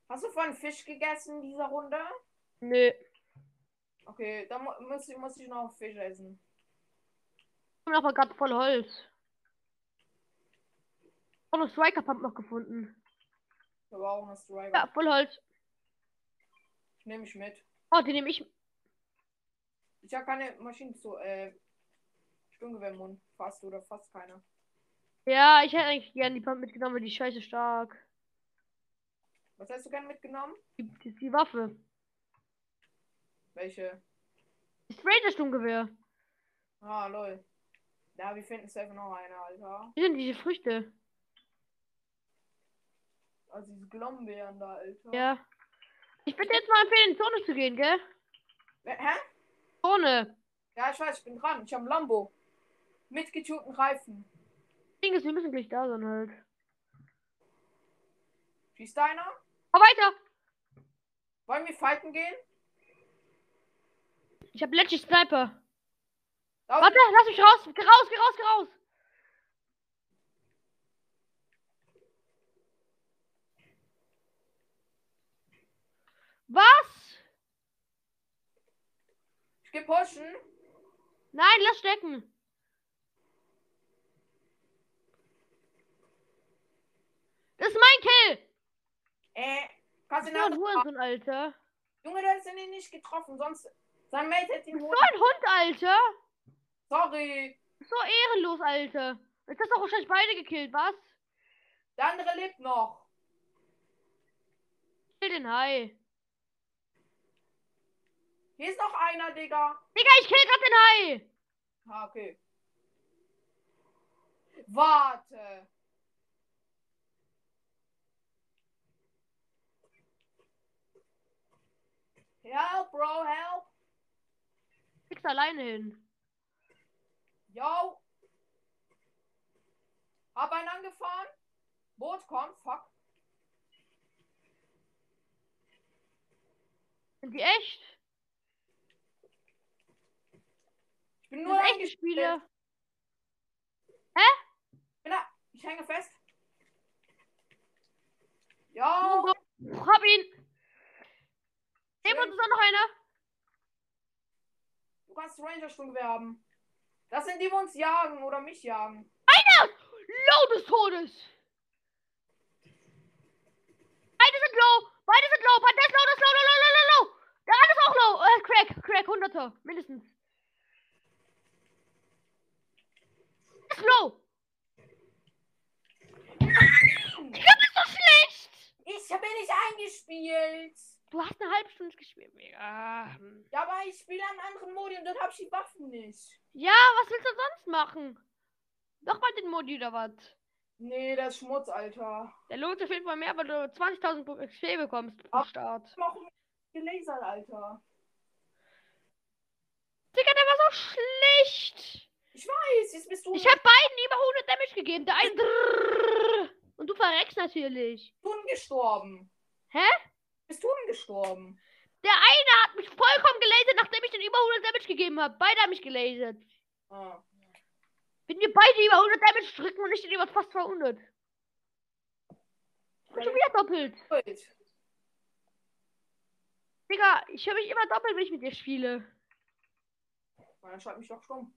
[SPEAKER 1] Hast du vorhin Fisch gegessen in dieser Runde?
[SPEAKER 2] Nö.
[SPEAKER 1] Okay, dann mu- muss ich, muss ich noch Fisch essen.
[SPEAKER 2] Und aber gerade voll Holz. Auch noch Striker Pump noch gefunden.
[SPEAKER 1] Ich habe auch noch Striker.
[SPEAKER 2] Ja, voll Holz.
[SPEAKER 1] Nehme ich mit.
[SPEAKER 2] Oh, den nehme ich.
[SPEAKER 1] Ich habe keine Maschinen zu, äh, Sturmgewehr im Mund. Fast oder fast keine.
[SPEAKER 2] Ja, ich hätte eigentlich gerne die Pump mitgenommen, weil die ist scheiße stark.
[SPEAKER 1] Was hast du gern mitgenommen?
[SPEAKER 2] Die, die, die Waffe.
[SPEAKER 1] Welche?
[SPEAKER 2] Das Raider Sturmgewehr.
[SPEAKER 1] Ah, lol. Ja, wir finden safe noch eine, Alter.
[SPEAKER 2] Hier sind diese Früchte.
[SPEAKER 1] Also diese Glombeeren da, Alter.
[SPEAKER 2] Ja. Ich bitte jetzt mal empfehlen, in die Zone zu gehen, gell?
[SPEAKER 1] Wer- Hä?
[SPEAKER 2] Zone.
[SPEAKER 1] Ja, ich weiß, ich bin dran. Ich habe Lambo. Mit getunten Reifen.
[SPEAKER 2] Das Ding ist, wir müssen gleich da sein halt.
[SPEAKER 1] Schießt da einer?
[SPEAKER 2] Aber weiter.
[SPEAKER 1] Wollen wir fighten gehen?
[SPEAKER 2] Ich habe letztes Sniper.
[SPEAKER 1] Da
[SPEAKER 2] Warte, lass mich raus. Geh raus, geh raus, geh raus.
[SPEAKER 1] Ich geh pushen.
[SPEAKER 2] Nein, lass stecken. Das ist mein Kill.
[SPEAKER 1] Äh, kannst du
[SPEAKER 2] So ein
[SPEAKER 1] nach.
[SPEAKER 2] Hurensohn, Alter.
[SPEAKER 1] Junge, du hättest ihn nicht getroffen, sonst. Sein Mate hätte ihn
[SPEAKER 2] So
[SPEAKER 1] holen.
[SPEAKER 2] ein Hund, Alter.
[SPEAKER 1] Sorry.
[SPEAKER 2] So ehrenlos, Alter. Jetzt hast du auch wahrscheinlich beide gekillt, was?
[SPEAKER 1] Der andere lebt noch.
[SPEAKER 2] Kill den Hai.
[SPEAKER 1] Hier ist noch einer, Digga.
[SPEAKER 2] Digga, ich kill grad den Hai.
[SPEAKER 1] Ah, okay. Warte. Help, Bro, help.
[SPEAKER 2] Kriegst alleine hin.
[SPEAKER 1] Yo. Hab einen angefahren. Boot kommt. Fuck.
[SPEAKER 2] Sind die echt?
[SPEAKER 1] Ich bin
[SPEAKER 2] Das
[SPEAKER 1] nur
[SPEAKER 2] sind echte
[SPEAKER 1] eingestellt.
[SPEAKER 2] Spiele.
[SPEAKER 1] Ich bin da. Ich hänge fest.
[SPEAKER 2] Oh
[SPEAKER 1] Yo.
[SPEAKER 2] Gott. Puh, Hab ihn. Neben uns ist auch noch einer.
[SPEAKER 1] Du kannst Ranger Sturmgewehr haben. Das sind die, die uns jagen oder mich jagen.
[SPEAKER 2] Low des Todes. Beide sind low. Beide sind low. Beide ist low, das ist low, low, low, low, low, low. Der andere ist auch low. Äh, crack, crack, hunderte. Mindestens. Ist low. Ich glaub, ist so schlecht.
[SPEAKER 1] Ich bin nicht eingespielt.
[SPEAKER 2] Du hast eine halbe Stunde gespielt. Mega. Hm.
[SPEAKER 1] Ja, aber ich spiele einen anderen Modium, dort hab ich die Waffen nicht.
[SPEAKER 2] Ja, was willst du sonst machen? Nochmal den Modi oder was?
[SPEAKER 1] Nee, das ist Schmutz, Alter.
[SPEAKER 2] Der lohnt sich auf jeden Fall mehr, weil du 20.000 pro XP bekommst pro
[SPEAKER 1] Ab-
[SPEAKER 2] Start.
[SPEAKER 1] Ich mach gelasert, Alter.
[SPEAKER 2] Digga, der war so schlecht.
[SPEAKER 1] Nice, jetzt bist du.
[SPEAKER 2] Ich hab beiden über 100 Damage gegeben. Der eine. drrrr. Und du verreckst natürlich.
[SPEAKER 1] Tun gestorben.
[SPEAKER 2] Hä?
[SPEAKER 1] Bist du gestorben?
[SPEAKER 2] Der eine hat mich vollkommen gelasert, nachdem ich den über 100 Damage gegeben habe. Beide haben mich gelasert.
[SPEAKER 1] Ah.
[SPEAKER 2] Wenn wir beide über 100 Damage drücken und ich den über fast 200. Und schon wieder doppelt.
[SPEAKER 1] Gut.
[SPEAKER 2] Digga, ich höre mich immer doppelt, wenn ich mit dir spiele.
[SPEAKER 1] Na, Dann schreib mich doch stumm.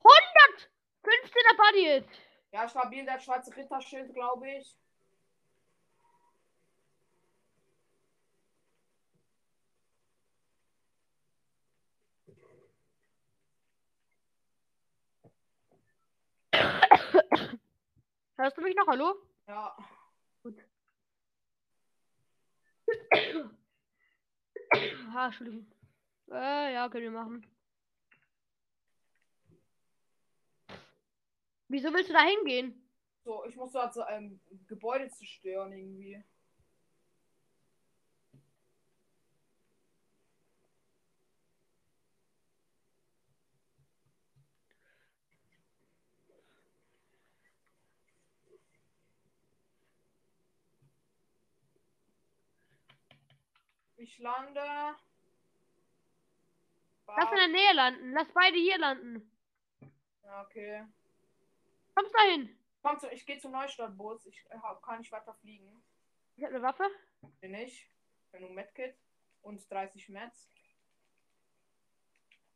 [SPEAKER 2] Gott, 15er Buddy ist.
[SPEAKER 1] Ja, stabil, das schwarze Ritterschild, glaube ich.
[SPEAKER 2] Hörst du mich noch? Hallo?
[SPEAKER 1] Ja.
[SPEAKER 2] Ah, Entschuldigung. Äh, ja, können wir machen. Wieso willst du da hingehen?
[SPEAKER 1] So, ich muss da zu einem Gebäude zerstören irgendwie. Ich lande.
[SPEAKER 2] Lass in der Nähe landen. Lass beide hier landen.
[SPEAKER 1] Ja, Ah, okay.
[SPEAKER 2] Kommst du dahin?
[SPEAKER 1] Komm zu, ich gehe zum Neustadtbus. Ich äh, hab- kann nicht weiter fliegen.
[SPEAKER 2] Ich hab eine Waffe.
[SPEAKER 1] Bin ich. Bin nur Medkit. Und 30 Mets.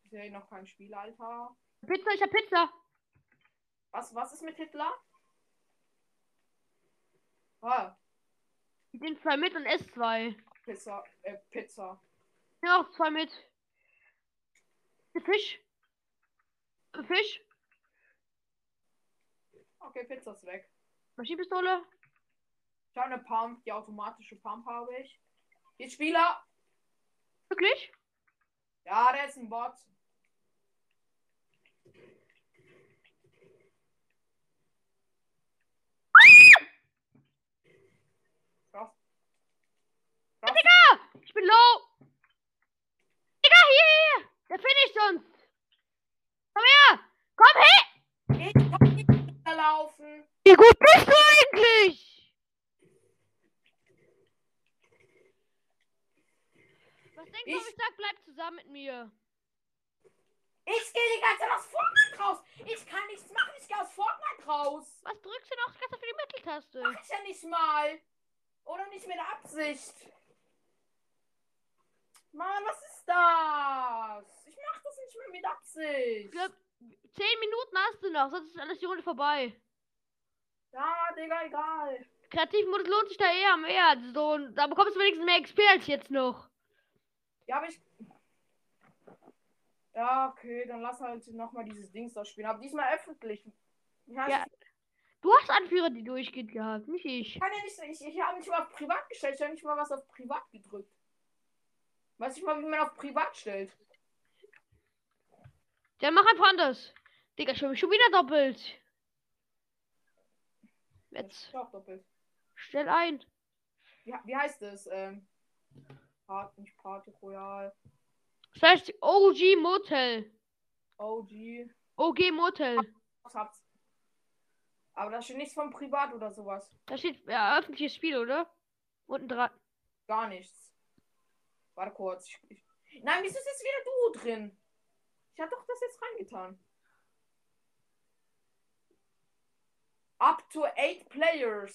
[SPEAKER 1] Ich sehe noch kein Spiel, Alter.
[SPEAKER 2] Pizza, ich hab Pizza.
[SPEAKER 1] Was, was ist mit Hitler? Ah,
[SPEAKER 2] Ich nehm zwei mit und ess zwei. Ich
[SPEAKER 1] Pizza. Äh, Pizza.
[SPEAKER 2] nehm auch zwei mit. Fisch. Fisch.
[SPEAKER 1] Okay, Pizza ist weg.
[SPEAKER 2] Maschinenpistole.
[SPEAKER 1] Ich habe eine Pump. Die automatische Pump habe ich. Jetzt Spieler.
[SPEAKER 2] Wirklich?
[SPEAKER 1] Ja, der ist ein Bot. Krass. Krass.
[SPEAKER 2] Ich bin low. Digga, hier, hier, hier. Der finisht sonst. Komm her. Komm her.
[SPEAKER 1] Ich kann nicht weiterlaufen.
[SPEAKER 2] Wie gut bist du eigentlich? Was denkst du,
[SPEAKER 1] Ich-
[SPEAKER 2] ich sag, bleib zusammen mit mir?
[SPEAKER 1] Ich gehe die ganze Zeit aus Fortnite raus. Ich kann nichts machen. Ich gehe aus Fortnite raus.
[SPEAKER 2] Was drückst du noch ganz auf die Mitteltaste?
[SPEAKER 1] Mach ich ja nicht mal. Oder nicht mit Absicht. Mann, was ist das? Ich mach das nicht mehr mit
[SPEAKER 2] Ich
[SPEAKER 1] Absicht.
[SPEAKER 2] glaub, zehn Minuten hast du noch, sonst ist alles die Runde vorbei.
[SPEAKER 1] Ja, Digga, egal.
[SPEAKER 2] Kreativmodus lohnt sich da eher mehr. So, da bekommst du wenigstens mehr XP als jetzt noch.
[SPEAKER 1] Ja, aber ich. Ja, okay, dann lass halt nochmal dieses Dings da spielen. Aber diesmal öffentlich. Ja,
[SPEAKER 2] Ja. Du hast Anführer, die durchgeht gehabt, nicht ich.
[SPEAKER 1] Ich kann ja nicht. so- Ich, ich habe nicht mal auf privat gestellt. Ich habe nicht mal was auf privat gedrückt. Weiß ich mal, wie man auf privat stellt.
[SPEAKER 2] Dann mach einfach anders. Digga, ich hol mich schon wieder doppelt. Jetzt
[SPEAKER 1] Ich auch doppelt.
[SPEAKER 2] stell ein.
[SPEAKER 1] Wie, wie heißt das? Ähm, Part, nicht Party Royal.
[SPEAKER 2] Das heißt OG Motel.
[SPEAKER 1] OG.
[SPEAKER 2] OG Motel.
[SPEAKER 1] Ich hab's. Aber da steht nichts von privat oder sowas.
[SPEAKER 2] Da steht ja, öffentliches Spiel, oder? Unten dran.
[SPEAKER 1] Gar nichts. Warte kurz. Ich, ich... Nein, wieso ist jetzt wieder du drin? Ich hab doch das jetzt reingetan. Up to eight players.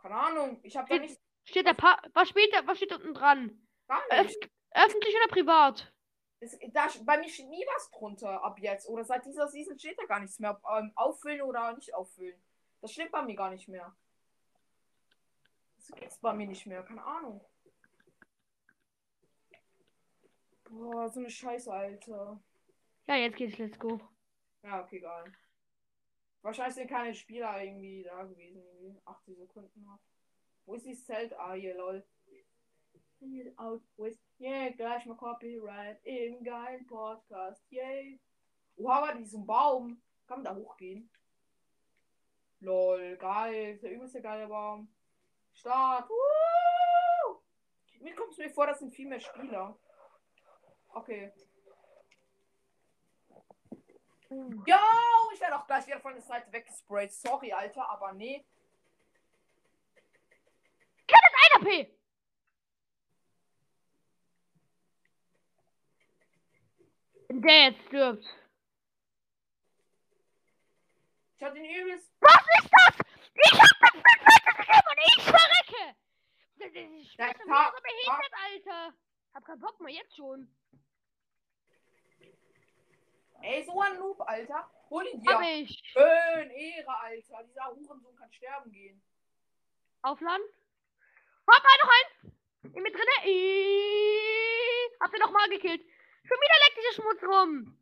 [SPEAKER 1] Keine Ahnung. Ich hab da nicht.
[SPEAKER 2] Steht da pa was steht da, was steht unten dran?
[SPEAKER 1] Gar
[SPEAKER 2] Öff
[SPEAKER 1] nicht.
[SPEAKER 2] öffentlich oder privat?
[SPEAKER 1] Das, da, bei mir steht nie was drunter ab jetzt. Oder seit dieser Season steht da gar nichts mehr. ob, Ähm, auffüllen oder nicht auffüllen. Das steht bei mir gar nicht mehr. Das gibt's bei mir nicht mehr. Keine Ahnung. Boah, so eine Scheiße, Alter.
[SPEAKER 2] Ja, jetzt geht's, let's go.
[SPEAKER 1] Ja, okay, egal. Wahrscheinlich sind keine Spieler irgendwie da gewesen. Irgendwie 80 Sekunden noch. Wo ist dieses Zelt? Ah, hier, lol. Hier, Out with. Yeah, gleich mal Copyright im geilen Podcast. Yay. Wow, aber diesen Baum. Kann man da hochgehen? Lol, geil. Der übelste geile Baum. Start. Woo! Mir kommt es mir vor, das sind viel mehr Spieler. Okay.
[SPEAKER 2] Hm.
[SPEAKER 1] Yo, ich werde auch gleich wieder von der Seite weggesprayt. Sorry, Alter, aber nee.
[SPEAKER 2] Einer P! Wenn Der jetzt stirbt.
[SPEAKER 1] Ich hatte den übelst.
[SPEAKER 2] Und ich verrecke! Das
[SPEAKER 1] Ja,
[SPEAKER 2] ist Spiel ist
[SPEAKER 1] klar,
[SPEAKER 2] wieder so behindert, Alter! Hab keinen Bock mehr jetzt schon.
[SPEAKER 1] Ey, so ein Noob, Alter. Hol ihn
[SPEAKER 2] Hab
[SPEAKER 1] dir.
[SPEAKER 2] ich.
[SPEAKER 1] Schön, Ehre, Alter. Dieser Hurensohn kann sterben gehen.
[SPEAKER 2] Aufladen. Hoppa, noch ein! Mit drinne. Ihhh. Hab den nochmal gekillt. Schon wieder leckt dieser Schmutz rum.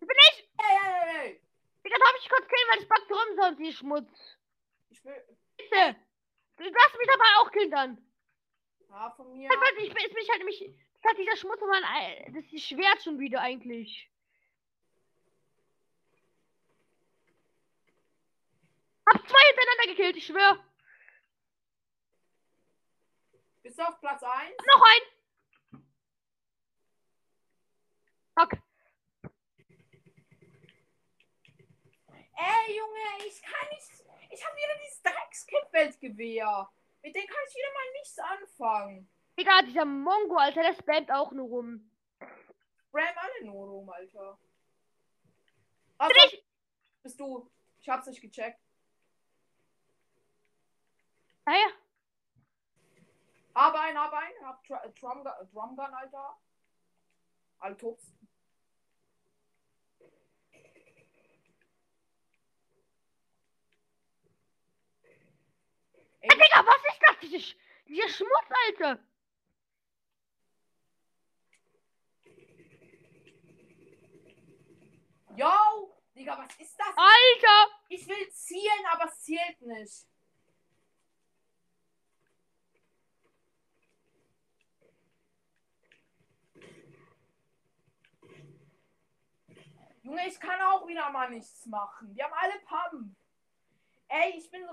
[SPEAKER 1] Ey, ey, ey, ey.
[SPEAKER 2] Digga, darf ich kurz killen, weil es backt rum sonst, die Schmutz.
[SPEAKER 1] Ich will.
[SPEAKER 2] Bitte! Du darfst mich dabei auch killen dann.
[SPEAKER 1] Ja, von mir.
[SPEAKER 2] Ja. Ich, bin- jetzt bin ich halt nämlich. Das hat dieser Schmutz um mein Ei- Das ist schwer schon wieder eigentlich. Hab zwei hintereinander gekillt, ich schwör.
[SPEAKER 1] Bist du auf Platz 1?
[SPEAKER 2] Noch ein. Fuck.
[SPEAKER 1] Ey, Junge, ich kann nicht. Ich habe wieder dieses Dreckskippweltgewehr. Mit dem kann ich wieder mal nichts anfangen.
[SPEAKER 2] Digga, dieser Mongo, Alter, der spammt auch nur rum.
[SPEAKER 1] Ram alle nur rum, Alter. Ach,
[SPEAKER 2] Bin ich-
[SPEAKER 1] bist du. Ich hab's nicht gecheckt.
[SPEAKER 2] Naja.
[SPEAKER 1] Hab einen, hab einen, hab Tr äh, Drum Drumgun, Alter. Alle Tops. Ey,
[SPEAKER 2] Digga, was ist das? Diese Sch dieser Schmutz, Alter.
[SPEAKER 1] yo! Digga, was ist
[SPEAKER 2] Ah.
[SPEAKER 1] das?
[SPEAKER 2] Alter.
[SPEAKER 1] Ich will zielen, aber es zielt nicht. Junge, ich kann auch wieder mal nichts machen. Wir haben alle Pam. Ey, ich bin so.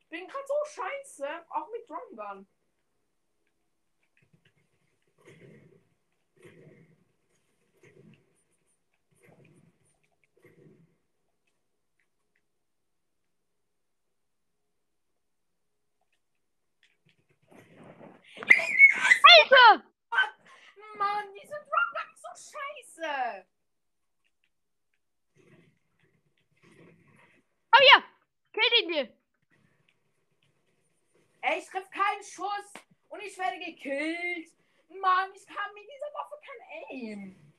[SPEAKER 1] Ich bin gerade so scheiße. Auch mit Drumgun.
[SPEAKER 2] Alter.
[SPEAKER 1] Mann, diese Drumgun gekillt. Mann, ich kann mit dieser Waffe kein Aim.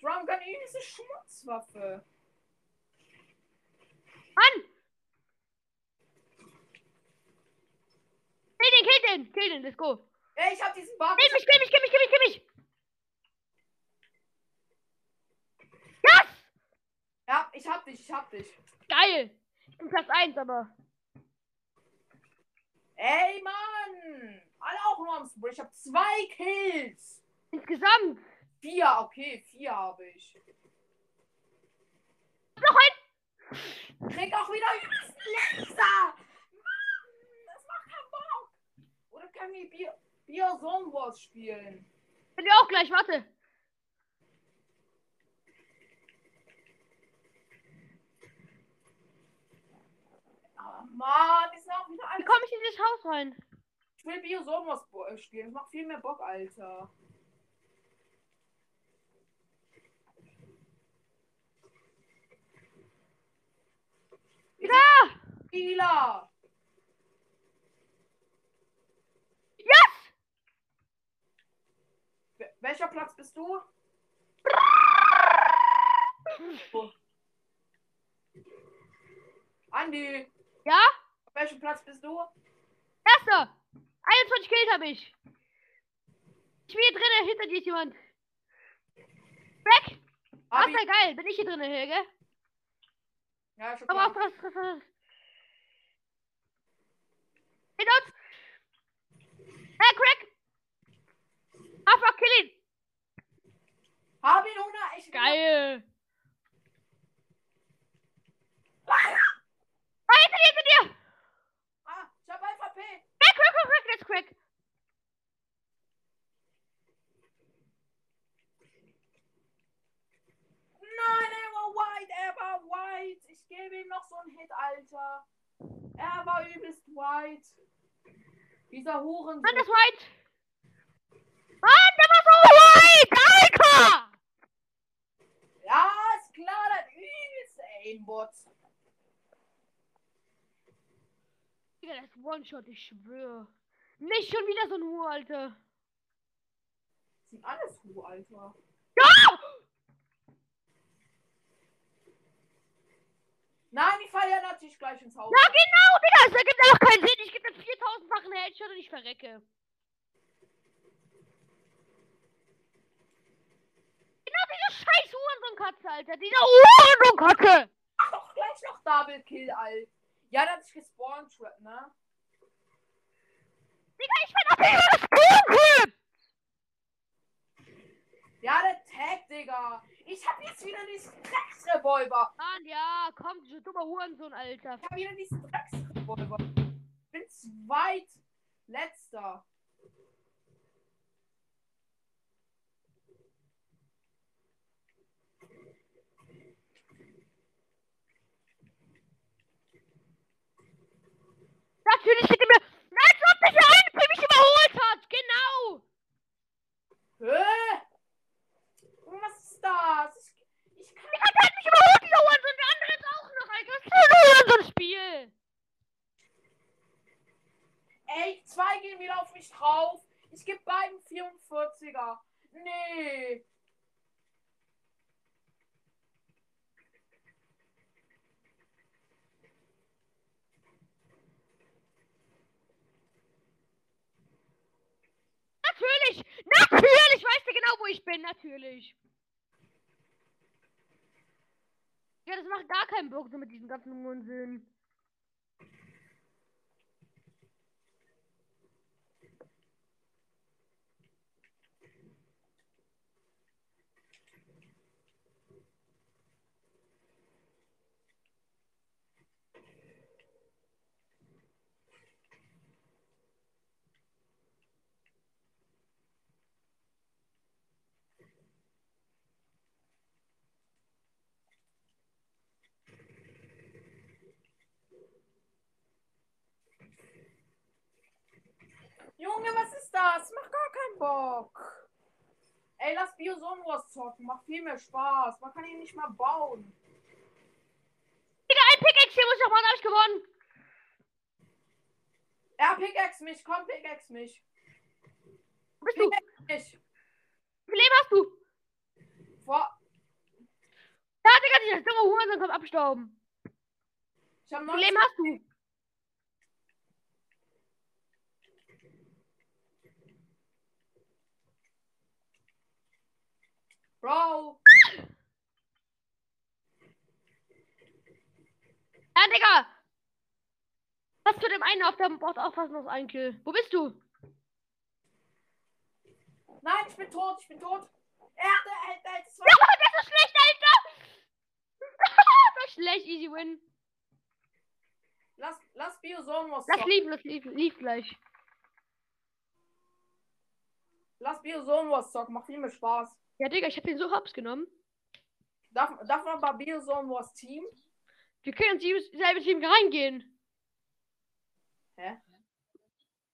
[SPEAKER 1] Drumgun Eel ist eine Schmutzwaffe.
[SPEAKER 2] Mann! Kill den, kill den, kill den, let's go.
[SPEAKER 1] Ey, ich hab diesen Bug.
[SPEAKER 2] Kill mich, kill mich, kill mich, kill mich, kill mich. Yes!
[SPEAKER 1] Ja, ich hab dich, ich hab dich.
[SPEAKER 2] Geil. Ich bin Platz 1, aber.
[SPEAKER 1] Ey, Mann! Alle auch nur am Spray. Ich hab zwei Kills.
[SPEAKER 2] Insgesamt.
[SPEAKER 1] Vier, okay, vier habe ich.
[SPEAKER 2] Noch ein.
[SPEAKER 1] Krieg auch wieder übelsten Laser! Mann, das macht keinen Bock! Oder können wir Bier, Bier Zone Wars spielen?
[SPEAKER 2] Bin ja auch gleich, warte.
[SPEAKER 1] Ah, Mann, die sind auch wieder
[SPEAKER 2] Wie
[SPEAKER 1] alt.
[SPEAKER 2] komme ich in dieses Haus rein?
[SPEAKER 1] Ich will Bier Zone Wars bo- äh, spielen. Das macht viel mehr Bock, Alter.
[SPEAKER 2] Ja!
[SPEAKER 1] Spieler!
[SPEAKER 2] Yes!
[SPEAKER 1] Wel- Welcher Platz bist du? Oh. Andi,
[SPEAKER 2] Ja?
[SPEAKER 1] auf welchem Platz bist du?
[SPEAKER 2] Erster! 21 Kills habe ich. Ich bin hier drinnen, hinter dir ist jemand. Weg!
[SPEAKER 1] Hab
[SPEAKER 2] Ach,
[SPEAKER 1] ich-
[SPEAKER 2] na geil, bin ich hier drinnen, Helge?
[SPEAKER 1] Ja, schon
[SPEAKER 2] Aber
[SPEAKER 1] klar.
[SPEAKER 2] auf das. Hey, dort! Hey, Crack! Ah, fuck, kill ihn!
[SPEAKER 1] Hab ihn ohne echt.
[SPEAKER 2] Geil! Ah, hinter dir, hinter dir!
[SPEAKER 1] Ah, ich hab einfach P.
[SPEAKER 2] Hey, Crack, Crack, Crack, jetzt Crack!
[SPEAKER 1] Nein, er war white, er war white. Ich gebe ihm noch so einen Hit, Alter. Er war übelst white. Dieser Huren.
[SPEAKER 2] Mann, das White! Mann, der war so White! Alter!
[SPEAKER 1] Ja, ist klar, das übelste Aimbot.
[SPEAKER 2] Digga, das ist One-Shot, ich schwöre. Nicht schon wieder so ein Hu, Alter.
[SPEAKER 1] Sind alles Hu, Alter.
[SPEAKER 2] Ja!
[SPEAKER 1] Nein, ich falle ja natürlich gleich ins Haus.
[SPEAKER 2] Ja, genau, Digga, es ergibt einfach keinen Sinn. Ich gebe das 4000-fachen Headshot und ich verrecke. Genau diese scheiß Uhrensohn-Katze, Alter. Diese Uhrensohn-Katze!
[SPEAKER 1] Mach doch gleich noch Double Kill, Alter. Ja, da hat sich gespawnt, Trap, ne?
[SPEAKER 2] Digga, ich bin auf ihres Kuchen!
[SPEAKER 1] Ja, der Tag, Digga. Ich hab jetzt wieder diesen Drecksrevolver.
[SPEAKER 2] Mann, ja, komm, du dummer Hurensohn, Alter.
[SPEAKER 1] Ich hab wieder diesen Drecksrevolver. Ich bin zweit letzter.
[SPEAKER 2] Natürlich hätte mir. Nein, als ob dieser eine Typ mich überholt hat! Genau!
[SPEAKER 1] Hä? Was ist das? Ich, ich kann,
[SPEAKER 2] Digga, der hat mich überholt, dieser Hurensohn. Der andere ist auch noch, Alter. Was ist denn ein Hurensohn-Spiel?
[SPEAKER 1] ey, zwei gehen wieder auf mich drauf. Ich gebe beiden 44er. Nee.
[SPEAKER 2] Natürlich! Natürlich! Weißt du genau, wo ich bin? Natürlich! Ja, das macht gar keinen Bock so mit diesem ganzen Unsinn.
[SPEAKER 1] Junge, was ist das? Macht gar keinen Bock. Ey, lass Biosone Wars zocken. Macht viel mehr Spaß. Man kann ihn nicht mal bauen.
[SPEAKER 2] Digga, ein Pickaxe hier muss ich noch machen, hab ich gewonnen!
[SPEAKER 1] Ja, pickaxe mich. Komm, pickaxe mich.
[SPEAKER 2] Wo bist du?
[SPEAKER 1] Ich.
[SPEAKER 2] Wie viel Leben hast du?
[SPEAKER 1] Vor,
[SPEAKER 2] Ja, Digga, die ist immer Hunger, sonst kommt abstauben.
[SPEAKER 1] ich habe
[SPEAKER 2] Wie viel Leben hast du?
[SPEAKER 1] Bro.
[SPEAKER 2] Ja, Digga! Was zu dem einen auf der Bord auch fast noch einen Kill. Wo bist du?
[SPEAKER 1] Nein, ich bin tot, ich bin tot. Erde, Alter, Alter, das war
[SPEAKER 2] Das ist schlecht, Alter! <laughs> das ist schlecht, easy win.
[SPEAKER 1] Lass, lass Biosomos
[SPEAKER 2] Lass
[SPEAKER 1] zocken.
[SPEAKER 2] lief, lass lief, lief gleich.
[SPEAKER 1] Lass Biosomos zocken, macht viel mehr Spaß.
[SPEAKER 2] Ja, Digga, ich hab den so hops genommen.
[SPEAKER 1] Darf, darf man bei Biosomos Team?
[SPEAKER 2] Wir können ins selbe- selbe Team reingehen.
[SPEAKER 1] Hä?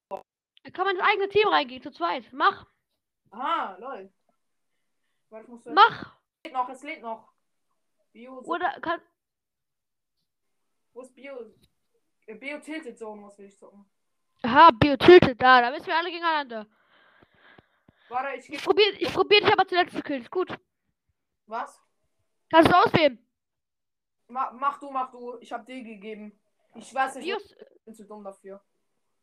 [SPEAKER 2] Da kann man ins eigene Team reingehen, zu zweit. Mach,
[SPEAKER 1] Ah, lol. Warte, ich muss es
[SPEAKER 2] mach.
[SPEAKER 1] lädt noch, es lädt noch. Bio,
[SPEAKER 2] Oder kann.
[SPEAKER 1] wo ist Bio? äh, Bio Tilted Zone, was will ich zocken?
[SPEAKER 2] Aha, Biotilted, da, da müssen wir alle gegeneinander.
[SPEAKER 1] Warte, ich geh.
[SPEAKER 2] Ich probier, ich probier dich aber zuletzt zu killen, ist gut.
[SPEAKER 1] Was?
[SPEAKER 2] Kannst du auswählen.
[SPEAKER 1] Ma mach du, mach du. Ich hab dir gegeben. Ich weiß nicht,
[SPEAKER 2] Bios,
[SPEAKER 1] ich bin zu dumm dafür.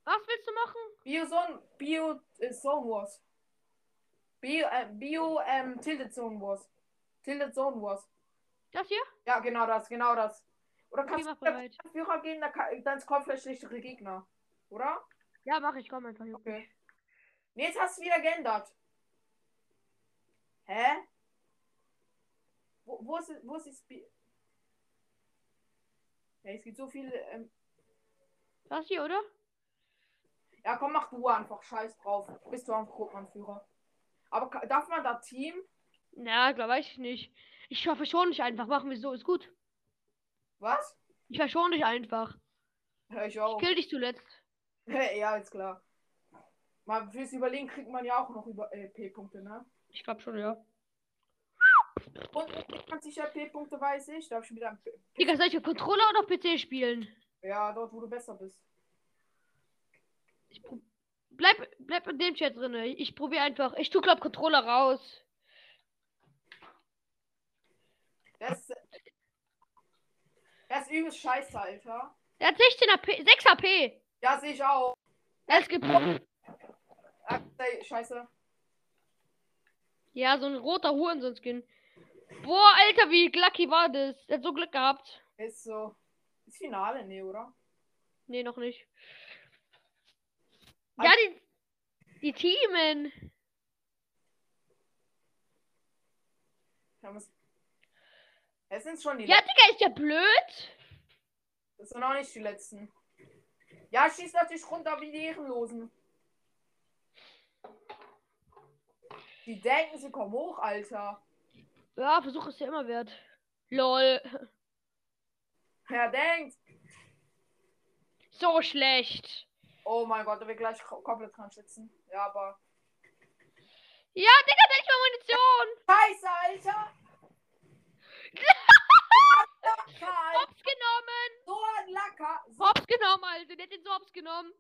[SPEAKER 2] was willst du machen?
[SPEAKER 1] Bio Zone, Bio äh, Zone Wars. Bio, äh, Bio ähm, Tilted Zone Wars. Tilted Zone Wars.
[SPEAKER 2] Das hier?
[SPEAKER 1] Ja, genau das, genau das. Oder
[SPEAKER 2] Okay,
[SPEAKER 1] kannst
[SPEAKER 2] mach
[SPEAKER 1] du
[SPEAKER 2] bereit.
[SPEAKER 1] auf Führer gehen, dann kann- dann kommen vielleicht schlechtere Gegner. Oder?
[SPEAKER 2] Ja, mach ich, komm einfach. Junge.
[SPEAKER 1] Okay. Nee, jetzt hast du wieder geändert. Hä? Wo, wo ist wo ist das Bi- Ja, es gibt so viele. Ähm,
[SPEAKER 2] Das hier, oder?
[SPEAKER 1] ja, komm, mach du einfach. Scheiß drauf. Bist du am Gruppenanführer. Aber ka- darf man da Team?
[SPEAKER 2] Na, klar, weiß ich nicht. Ich verschone dich einfach, machen wir so, ist gut.
[SPEAKER 1] Was?
[SPEAKER 2] Ich verschone dich einfach.
[SPEAKER 1] Hör ich
[SPEAKER 2] Ich
[SPEAKER 1] auch.
[SPEAKER 2] kill dich zuletzt.
[SPEAKER 1] <laughs> ja, ist klar. Mal fürs Überlegen kriegt man ja auch noch über äh, P-Punkte, ne?
[SPEAKER 2] Ich glaub schon, ja.
[SPEAKER 1] Und 20 AP-Punkte weiß ich. Da hab ich schon wieder. ein P-
[SPEAKER 2] Digga, soll ich auf Controller oder auf PC spielen?
[SPEAKER 1] Ja, dort, wo du besser bist.
[SPEAKER 2] Ich prob- bleib, bleib in dem Chat drinne. Ich probiere einfach. Ich tu, glaub, Controller raus.
[SPEAKER 1] Das, das ist übelst scheiße, Alter.
[SPEAKER 2] Der hat 16 HP, 6 HP.
[SPEAKER 1] Ja, sehe ich auch.
[SPEAKER 2] Das gibt.
[SPEAKER 1] Ah, sei- Scheiße.
[SPEAKER 2] Ja, so ein roter Hurensohn-Skin. Boah, Alter, wie lucky war das? Der hat so Glück gehabt.
[SPEAKER 1] Ist so. Ist Finale, nee, oder?
[SPEAKER 2] Nee, noch nicht. Ja, die. Die Teamen.
[SPEAKER 1] Da muss- Es sind schon die
[SPEAKER 2] Ja,
[SPEAKER 1] letzten.
[SPEAKER 2] Digga, ist ja blöd.
[SPEAKER 1] Das sind auch nicht die letzten. Ja, schießt natürlich runter wie die Ehrenlosen. Die denken, sie kommen hoch, Alter.
[SPEAKER 2] Ja, Versuch ist ja immer wert. Lol.
[SPEAKER 1] Er denkt,
[SPEAKER 2] So schlecht.
[SPEAKER 1] oh mein Gott, da wird gleich ko- komplett dran schützen. Ja, aber.
[SPEAKER 2] Ja, Digga, da ist mal Munition.
[SPEAKER 1] Scheiße, Alter! Karl,
[SPEAKER 2] Hops genommen.
[SPEAKER 1] so ein Lacker, so
[SPEAKER 2] Hops genommen, Alter. Der hat den so hops genommen.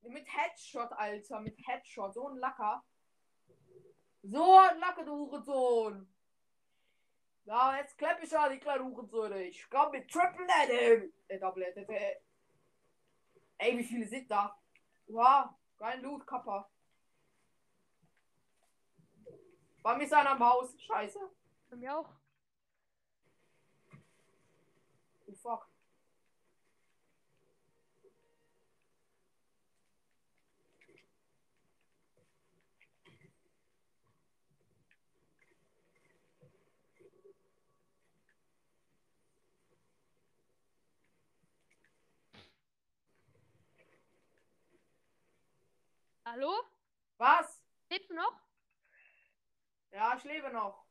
[SPEAKER 1] Mit Headshot, Alter. Mit Headshot. So ein Lacker. So ein Lacker, du Hurensohn. Ja, jetzt klepp ich an, die kleine Hurensohne. Ich komm mit Triple Adam. Äh, Double Adam. Äh. Ey, wie viele sind da? Wow, kein Loot, Kappa. Bei mir ist einer am Haus. Scheiße.
[SPEAKER 2] Bei mir auch.
[SPEAKER 1] Oh, fuck.
[SPEAKER 2] Hallo?
[SPEAKER 1] Was?
[SPEAKER 2] Lebst du noch?
[SPEAKER 1] Ja, ich lebe noch.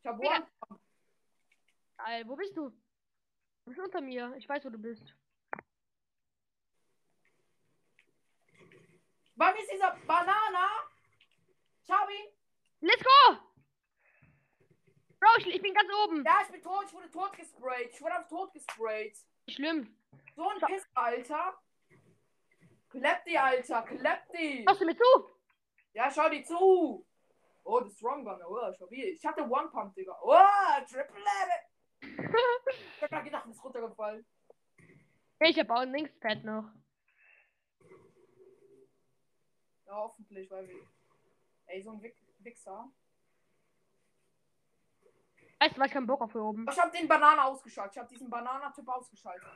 [SPEAKER 1] Ich hab
[SPEAKER 2] Digga.
[SPEAKER 1] One.
[SPEAKER 2] Al, wo bist du? Du bist unter mir. Ich weiß, wo du bist.
[SPEAKER 1] Bei mir ist dieser Banana. Ich hab ihn.
[SPEAKER 2] Let's go! Bro, ich, ich bin ganz oben.
[SPEAKER 1] Ja, ich bin tot, ich wurde tot gesprayt. Ich wurde auf tot gesprayt.
[SPEAKER 2] Schlimm.
[SPEAKER 1] So ein Piss, Alter. Klepp die, Alter, klepp die.
[SPEAKER 2] Hörst du mir zu?
[SPEAKER 1] Ja, schau die zu. Oh, das Stronggun. Oh, stabil. Ich hatte One Pump, Digga. Oh, Triple Level. ich hab grad gedacht, das ist runtergefallen.
[SPEAKER 2] Ich hab auch ein Linkspad noch.
[SPEAKER 1] Ja, hoffentlich, weil wir. Ey, so ein Wick- Wichser.
[SPEAKER 2] Weißt du, was ich keinen Bock auf hier oben.
[SPEAKER 1] Aber Ich hab den Banane ausgeschaltet. Ich hab diesen Banana-Typ ausgeschaltet.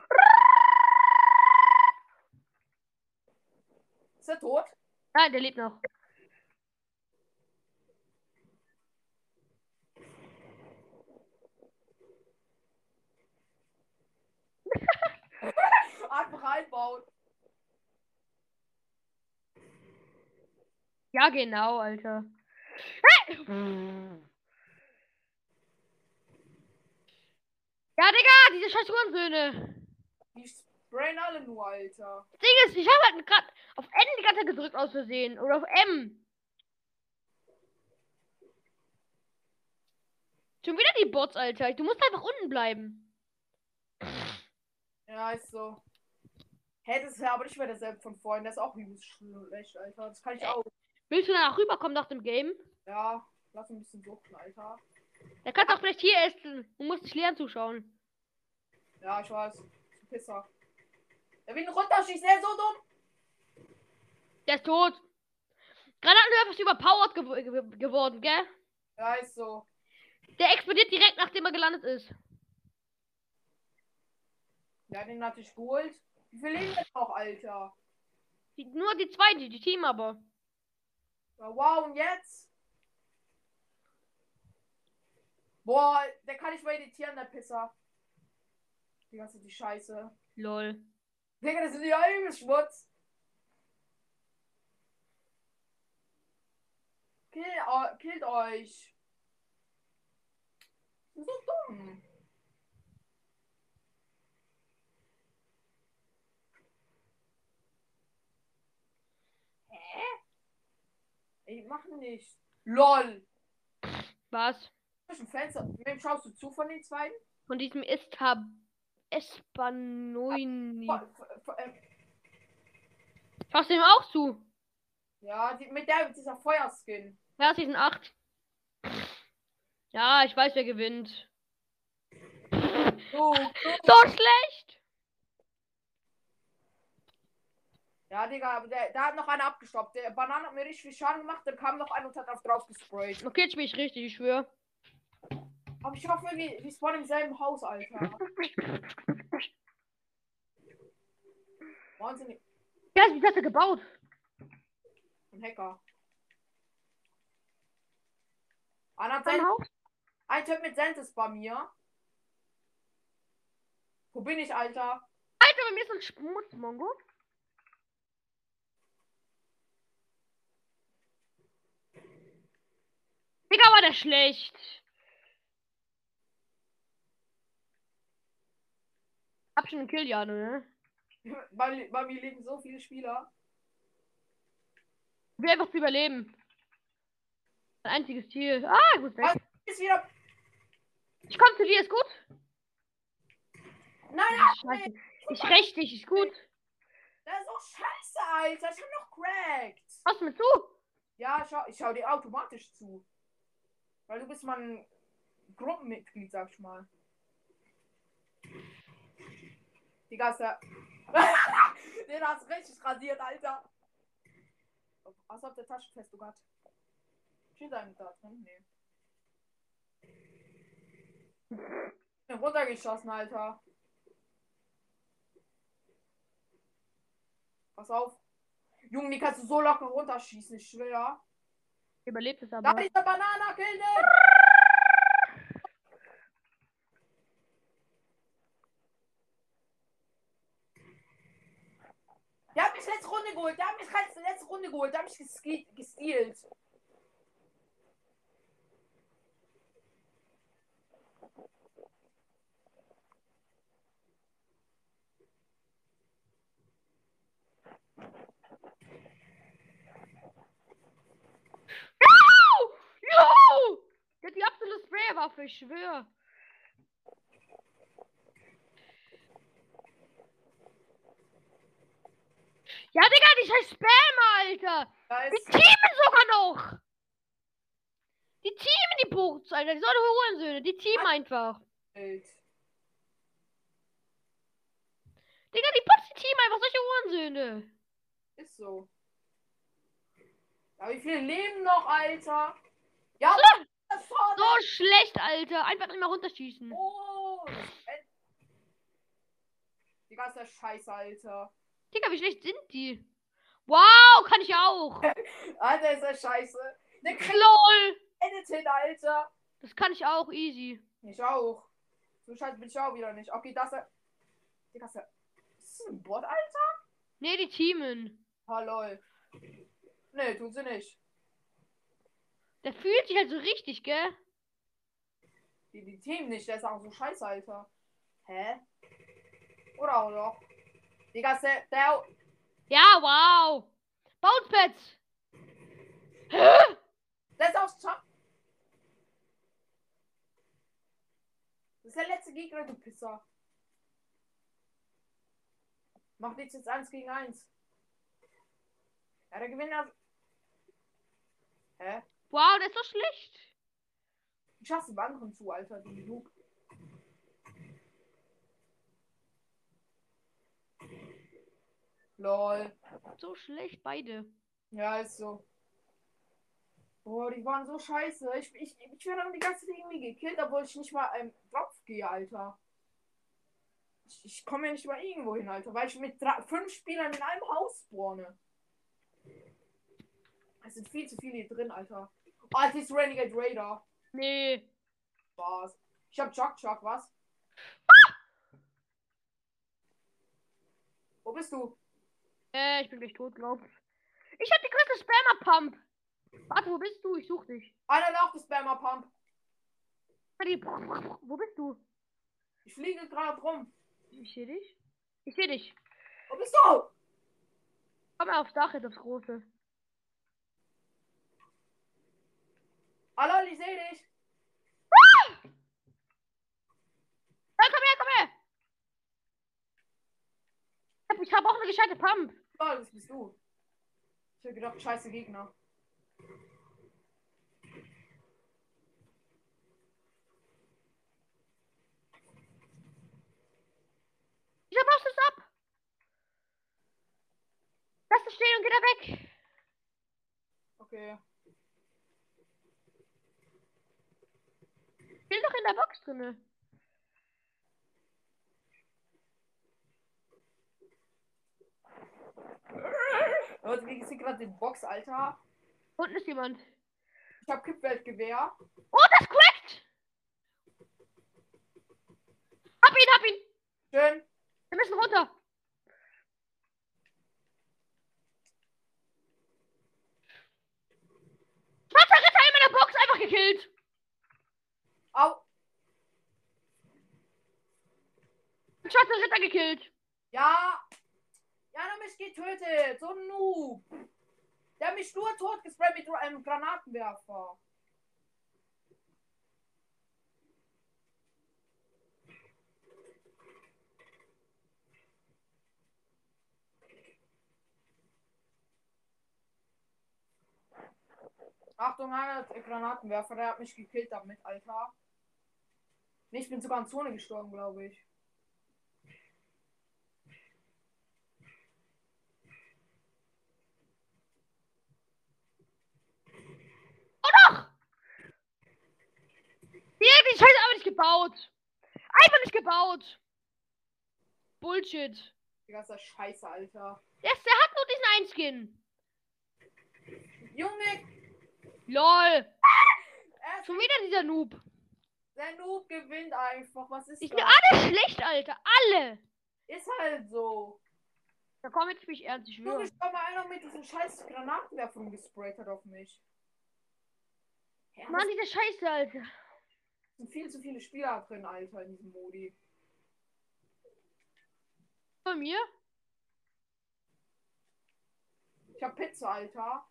[SPEAKER 1] Ist er tot?
[SPEAKER 2] Nein, Ah, der lebt noch.
[SPEAKER 1] Einfach reinbauen.
[SPEAKER 2] Ja, genau, Alter. Hey! Ja, Digga, diese scheiß Hurensöhne.
[SPEAKER 1] Die sprayen alle nur, Alter.
[SPEAKER 2] Das Ding ist, ich habe halt gerade auf N die ganze Zeit gedrückt aus Versehen. Oder auf M. Schon wieder die Bots, Alter. Du musst einfach unten bleiben.
[SPEAKER 1] Ja, ist so. Hä, das ist ja aber nicht mehr derselbe von vorhin. Der ist auch übelst schlecht, Alter. Das kann ich auch.
[SPEAKER 2] Willst du danach rüberkommen nach dem Game?
[SPEAKER 1] Ja, lass ein bisschen suchen, Alter.
[SPEAKER 2] Da kannst du auch vielleicht hier essen. Du musst dich leer zuschauen.
[SPEAKER 1] Ja, ich weiß. Du Pisser. Der will ihn runterschießen. Der ist so dumm.
[SPEAKER 2] Der ist tot. Granatenwerfer ist überpowered gew gew geworden, gell?
[SPEAKER 1] Ja, also. ist so.
[SPEAKER 2] Der explodiert direkt, nachdem er gelandet ist.
[SPEAKER 1] Ja, den hatte ich geholt. Wie viel leben denn noch, Alter?
[SPEAKER 2] Die, nur die zwei, die, die Team aber.
[SPEAKER 1] Ja, wow, und jetzt? Boah, der kann nicht mehr editieren, der Pisser. Die ganze die Scheiße.
[SPEAKER 2] Lol.
[SPEAKER 1] Digga, das sind ja übel Schmutz. Kill, eu- killt euch. Das ist so dumm. Hä? Ey, die machen nicht. LOL.
[SPEAKER 2] Was?
[SPEAKER 1] Zwischen Fenster. Wem schaust du zu von den zweiten?
[SPEAKER 2] Von diesem Istab. Espanoini.
[SPEAKER 1] Vor- vor- vor- ähm,
[SPEAKER 2] Schaust du ihm auch zu?
[SPEAKER 1] Ja, die, mit der mit dieser Feuerskin.
[SPEAKER 2] Ja, Season 8. Ja, ich weiß, wer gewinnt.
[SPEAKER 1] So, so.
[SPEAKER 2] So schlecht!
[SPEAKER 1] Ja, Digga, aber der, da hat noch einer abgestoppt. Der Banane hat mir richtig viel Schaden gemacht, dann kam noch einer und hat auf drauf gesprayt.
[SPEAKER 2] Okay, jetzt spiel ich richtig, ich schwöre.
[SPEAKER 1] Aber ich hoffe, wir, wir spawnen im selben Haus, Alter. Wahnsinn,
[SPEAKER 2] Ja, wie hat er gebaut?
[SPEAKER 1] ein Hacker. Einer hat
[SPEAKER 2] Ein
[SPEAKER 1] Sen-
[SPEAKER 2] Haus?
[SPEAKER 1] ein Typ mit Sens ist bei mir. Wo bin ich, Alter? <laughs>
[SPEAKER 2] Alter, bei mir ist ein Schmutzmongo. Digga, war der schlecht. Hab schon einen Kill, ja, ne?
[SPEAKER 1] Bei, bei mir leben so viele Spieler.
[SPEAKER 2] Ich will einfach zu überleben. Mein einziges Ziel. Ah, ich muss weg.
[SPEAKER 1] Ist wieder.
[SPEAKER 2] Ich komme zu dir, ist gut.
[SPEAKER 1] Nein,
[SPEAKER 2] Scheiße. Ich räch dich, ist gut.
[SPEAKER 1] das ist doch scheiße, Alter. Ich hab noch cracked.
[SPEAKER 2] Schaust du mir zu?
[SPEAKER 1] Ja, schau, ich schau dir automatisch zu. Weil du bist mein Gruppenmitglied, sag ich mal. Digga, ist <laughs> der. Den hast du richtig rasiert, Alter. Was auf der Tasche fest, du Gott. Steht da mit da drin? Nee. Bin runtergeschossen, Alter. Pass auf. Junge, die kannst du so locker runterschießen, ich schwör.
[SPEAKER 2] Überlebt es
[SPEAKER 1] Da
[SPEAKER 2] aber.
[SPEAKER 1] ist der Banana Kill den! Der hat mich letzte Runde geholt, der hat mich letzte- letzte Runde geholt, der hat mich geske- gestealt.
[SPEAKER 2] Jo! Der hat die absolute Spraywaffe, ich schwör. Ja, Digga, die scheiß Spam, Alter.
[SPEAKER 1] Da
[SPEAKER 2] Die
[SPEAKER 1] ist,
[SPEAKER 2] teamen sogar noch. Vogelvogts, Alter. Die sind doch Hurensöhne. Die teamen einfach.
[SPEAKER 1] Bild.
[SPEAKER 2] Digga, die putzen teamen einfach solche Hurensöhne.
[SPEAKER 1] Ist so. Aber wie viele leben noch, Alter? Ja, das Tor
[SPEAKER 2] So schlecht, Alter. Einfach immer runterschießen.
[SPEAKER 1] Oh! Ey. Digga, Oh, ist der Scheiß, Alter.
[SPEAKER 2] Digga, wie schlecht sind die? Wow, kann ich auch.
[SPEAKER 1] Alter, ist der Scheiße. Der kriegt
[SPEAKER 2] LOL.
[SPEAKER 1] Edited, Alter.
[SPEAKER 2] Das kann ich auch easy.
[SPEAKER 1] Ich auch. So scheiße bin ich auch wieder nicht. Okay, das ist. Digga, ist der. Ist das ein Bot, Alter?
[SPEAKER 2] Nee, die teamen.
[SPEAKER 1] Ah, lol. Nee, tun sie nicht.
[SPEAKER 2] Der fühlt sich halt so richtig, gell?
[SPEAKER 1] Die, die Themen nicht. Der ist auch so scheiße, Alter. Hä? Oder auch noch. Digga, ist der. der
[SPEAKER 2] Ja, wow. Bouncepads.
[SPEAKER 1] Das ist aus Chop. Das ist der letzte Gegner, du Pisser. Mach nichts jetzt eins gegen eins. Ja, der gewinnt das. Hä?
[SPEAKER 2] Wow, der ist so schlecht.
[SPEAKER 1] Du schaffst den Banken zu, Alter, du Noob. Lol.
[SPEAKER 2] So schlecht, beide.
[SPEAKER 1] Ja, ist so. Boah, die waren so scheiße. Ich, ich, ich werde dann die ganze Zeit irgendwie gekillt, obwohl ich nicht mal im Kopf gehe, Alter. Ich, ich komme ja nicht mal irgendwo hin, Alter, weil ich mit drei, fünf Spielern in einem Haus spawne. Es sind viel zu viele hier drin, Alter. Oh, es ist Renegade Raider.
[SPEAKER 2] Nee.
[SPEAKER 1] Was? Ich hab Chuck Chuck, was? Wo bist du?
[SPEAKER 2] Äh, ich bin gleich tot, glaub ich. Ich hab die größte Spammer-Pump. Warte, wo bist du? Ich such dich.
[SPEAKER 1] Einer lauft das Spammer Pump.
[SPEAKER 2] Warte, Wo bist du?
[SPEAKER 1] Ich fliege gerade rum.
[SPEAKER 2] Ich seh dich. Ich seh dich.
[SPEAKER 1] Wo bist du?
[SPEAKER 2] Komm mal aufs Dach jetzt, aufs Große.
[SPEAKER 1] Hallo, ich sehe dich.
[SPEAKER 2] Ja, komm her, komm her! Ich hab, ich hab auch eine gescheite Pump.
[SPEAKER 1] Oh, das bist du. Ich hab gedacht, scheiße Gegner.
[SPEAKER 2] Dieser Boss ist ab! Lass es stehen und geh da weg!
[SPEAKER 1] Okay.
[SPEAKER 2] Ich bin doch in der Box drinne.
[SPEAKER 1] Leute, wir sind gerade den Box, Alter.
[SPEAKER 2] Unten ist jemand.
[SPEAKER 1] Ich hab Kippweltgewehr.
[SPEAKER 2] Oh, das crackt! Hab ihn, hab ihn!
[SPEAKER 1] Schön.
[SPEAKER 2] Wir müssen runter! Schwarzer Ritter in meiner Box einfach gekillt!
[SPEAKER 1] Au.
[SPEAKER 2] Schwarzer Ritter gekillt!
[SPEAKER 1] Ja. Ja, der hat mich getötet. So ein Noob. Der hat mich nur tot gesprayt mit einem Granatenwerfer. Achtung, einer hat Granatenwerfer, der hat mich gekillt damit, Alter. Nee, ich bin sogar in Zone gestorben, glaube ich.
[SPEAKER 2] Die haben die Scheiße einfach nicht gebaut. Einfach nicht gebaut. Bullshit.
[SPEAKER 1] Die ganze Scheiße, Alter.
[SPEAKER 2] Der, ist- der hat nur diesen einen Skin.
[SPEAKER 1] Junge,
[SPEAKER 2] LOL.
[SPEAKER 1] er ist
[SPEAKER 2] Schon wieder dieser Noob.
[SPEAKER 1] der Noob gewinnt einfach. Was ist
[SPEAKER 2] Ich bin
[SPEAKER 1] das?
[SPEAKER 2] alle schlecht, Alter. Alle.
[SPEAKER 1] Ist halt so.
[SPEAKER 2] Da komm jetzt mich ernst, ich
[SPEAKER 1] Junge,
[SPEAKER 2] schwöre.
[SPEAKER 1] ich war mal einer mit diesen scheiß Granatenwerfern gesprayt hat auf mich. Ja,
[SPEAKER 2] Mann,
[SPEAKER 1] das
[SPEAKER 2] diese Scheiße, Alter.
[SPEAKER 1] sind viel zu viele Spieler drin, Alter, in diesem Modi.
[SPEAKER 2] Bei mir?
[SPEAKER 1] Ich hab Pizza, Alter.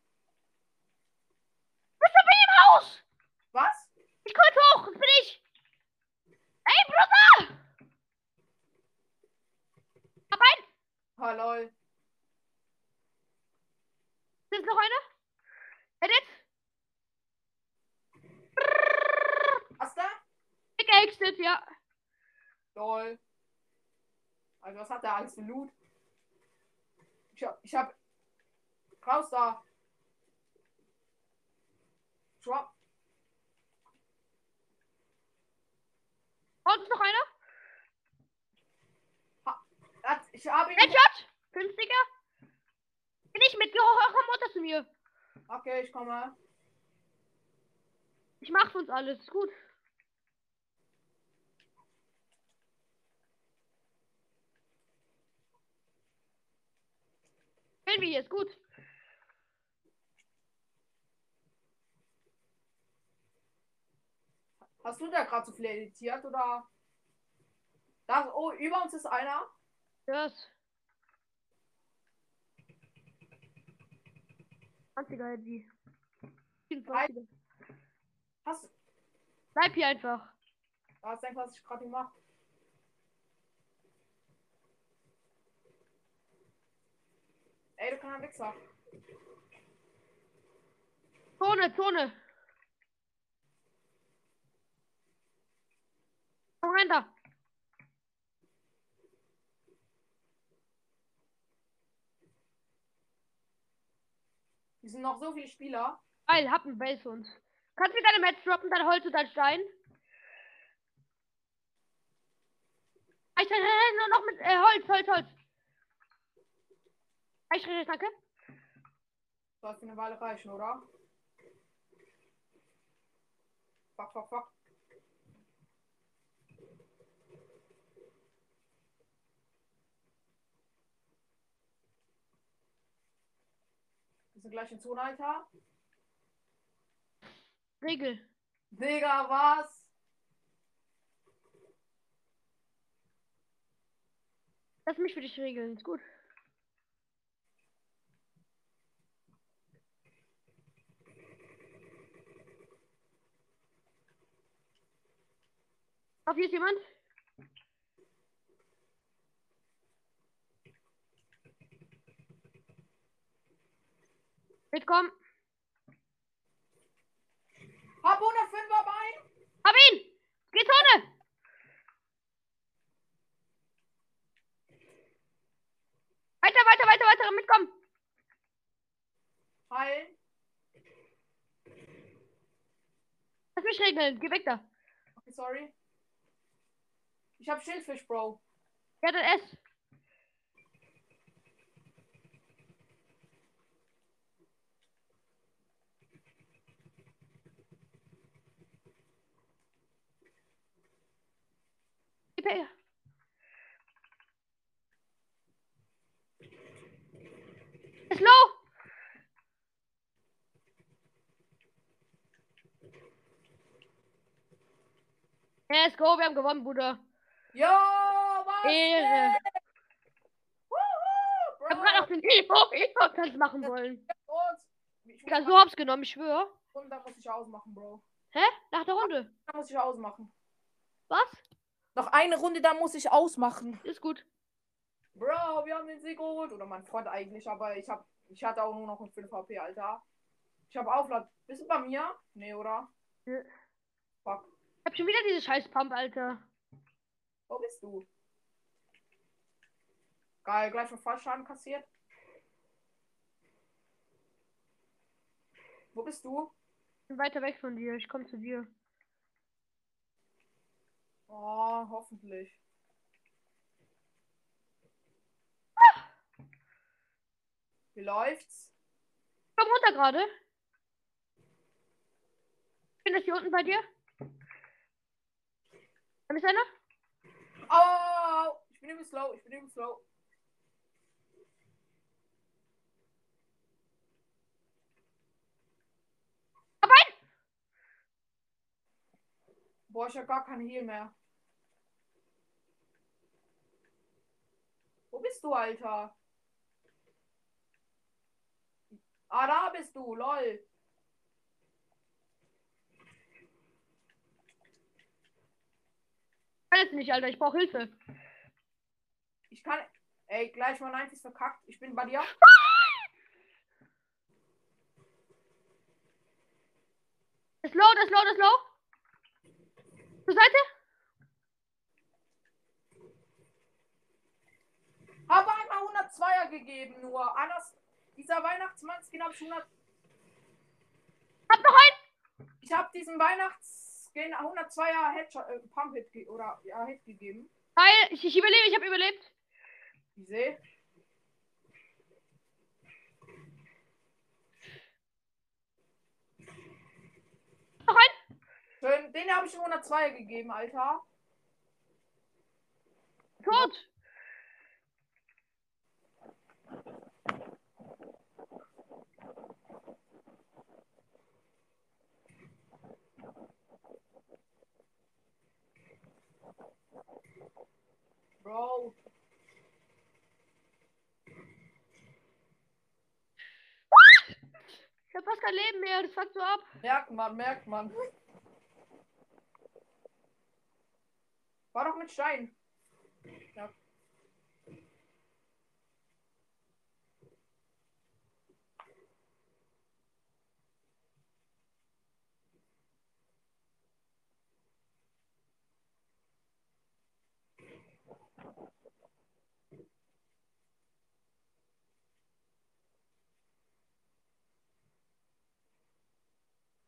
[SPEAKER 2] Raus!
[SPEAKER 1] Was?
[SPEAKER 2] Ich komm jetzt hoch. Das bin ich. Ey, Bruder. Hab einen.
[SPEAKER 1] Ah, lol.
[SPEAKER 2] Ist noch einer? Edit? Gangstedt, ja.
[SPEAKER 1] Lol. Also was hat er alles für Loot? Ich hab, ich hab. Raus da. Drop.
[SPEAKER 2] Und noch einer.
[SPEAKER 1] Das, ich habe ihn.
[SPEAKER 2] Headshot. Fünf, Digga. Bin ich mit, geh hoch, komm runter zu mir.
[SPEAKER 1] Okay, ich komme.
[SPEAKER 2] Ich mach für uns alles, ist gut. Filmi hier, ist gut.
[SPEAKER 1] Hast du da gerade so viel editiert oder? Das, oh, über uns ist einer.
[SPEAKER 2] Das. 20er die. 27er.
[SPEAKER 1] Hast du.
[SPEAKER 2] Bleib hier einfach.
[SPEAKER 1] Hast du einfach, was ich gerade gemacht Ey, du kannst ein Wichser.
[SPEAKER 2] Zone, Zone. Komm rein da.
[SPEAKER 1] Hier sind noch so viele Spieler.
[SPEAKER 2] Geil, hab ein Base für uns. Kannst du deine Mats droppen, dann holst du deinen Stein. Ich renn nur noch mit äh, Holz, Holz, Holz. Ich renn, danke.
[SPEAKER 1] Soll für eine Weile reichen, oder? Fuck, fuck, fuck. Wir sind gleich in Zone, Alter.
[SPEAKER 2] Regel.
[SPEAKER 1] Digga, was?
[SPEAKER 2] Lass mich für dich regeln, ist gut. Auf hier ist jemand. Mitkommen.
[SPEAKER 1] Hab 105er Bein.
[SPEAKER 2] Hab ihn! Geh Zone! Weiter, weiter, weiter, weiter, mitkommen!
[SPEAKER 1] Heilen.
[SPEAKER 2] Lass mich regeln, geh weg da.
[SPEAKER 1] Okay, sorry. Ich hab Schildfisch, Bro.
[SPEAKER 2] Ja, dann ess. Gib her. Ist low! Let's go, wir haben gewonnen, Bruder.
[SPEAKER 1] Yo, was?
[SPEAKER 2] Ehre.
[SPEAKER 1] Wuhu,
[SPEAKER 2] Ich Äh, hab
[SPEAKER 1] Bro.
[SPEAKER 2] grad auf den <laughs> E-Pop-E-Pop-Tanz machen wollen.
[SPEAKER 1] Und ich
[SPEAKER 2] Digga,
[SPEAKER 1] muss
[SPEAKER 2] so hab's genommen, ich schwöre.
[SPEAKER 1] da muss ich ausmachen, Bro.
[SPEAKER 2] Hä? Nach der Runde.
[SPEAKER 1] Da muss ich ausmachen.
[SPEAKER 2] Was?
[SPEAKER 1] Noch eine Runde, da muss ich ausmachen.
[SPEAKER 2] Ist gut.
[SPEAKER 1] Bro, wir haben den Sieg geholt. Oder mein Freund eigentlich, aber ich hab, ich hatte auch nur noch 5 HP, Alter. Ich hab Auflad. Bist du bei mir? Nee, oder?
[SPEAKER 2] Ja.
[SPEAKER 1] Fuck.
[SPEAKER 2] Ich hab schon wieder diese scheiß Pump, Alter.
[SPEAKER 1] Wo bist du? Geil, gleich schon Fallschaden kassiert. Wo bist du?
[SPEAKER 2] Ich bin weiter weg von dir. Ich komm zu dir.
[SPEAKER 1] Oh, hoffentlich. Wie läuft's?
[SPEAKER 2] Ich komm runter gerade. Ich bin das hier unten bei dir. Dann ist einer.
[SPEAKER 1] Oh, ich bin eben slow, ich bin eben slow.
[SPEAKER 2] Aber ein.
[SPEAKER 1] Boah, ich hab gar kein Heal mehr. Wo bist du, Alter? Ah, da bist du, lol.
[SPEAKER 2] Kann jetzt nicht, Alter. Ich brauch Hilfe.
[SPEAKER 1] Ich kann. Ey, gleich mal 90 ist verkackt. Ich bin bei dir.
[SPEAKER 2] Das ist low, das ist low, das ist low. Zur Seite.
[SPEAKER 1] 102er gegeben, nur. Anders, dieser Weihnachtsmann-Skin habe ich 100.
[SPEAKER 2] Hab noch einen.
[SPEAKER 1] Ich habe diesen Weihnachtsskin 102er Headshot, äh, Pump-Hit ge oder ja, Hit gegeben.
[SPEAKER 2] Geil. Ich, ich überlebe. Ich habe überlebt.
[SPEAKER 1] Ich sehe.
[SPEAKER 2] Noch einen.
[SPEAKER 1] Schön, den habe ich 102 gegeben, Alter.
[SPEAKER 2] Tot.
[SPEAKER 1] Bro.
[SPEAKER 2] Ich hab fast kein Leben mehr. Das fuckt so ab.
[SPEAKER 1] Merkt man, merkt man. War doch mit Stein. Ja.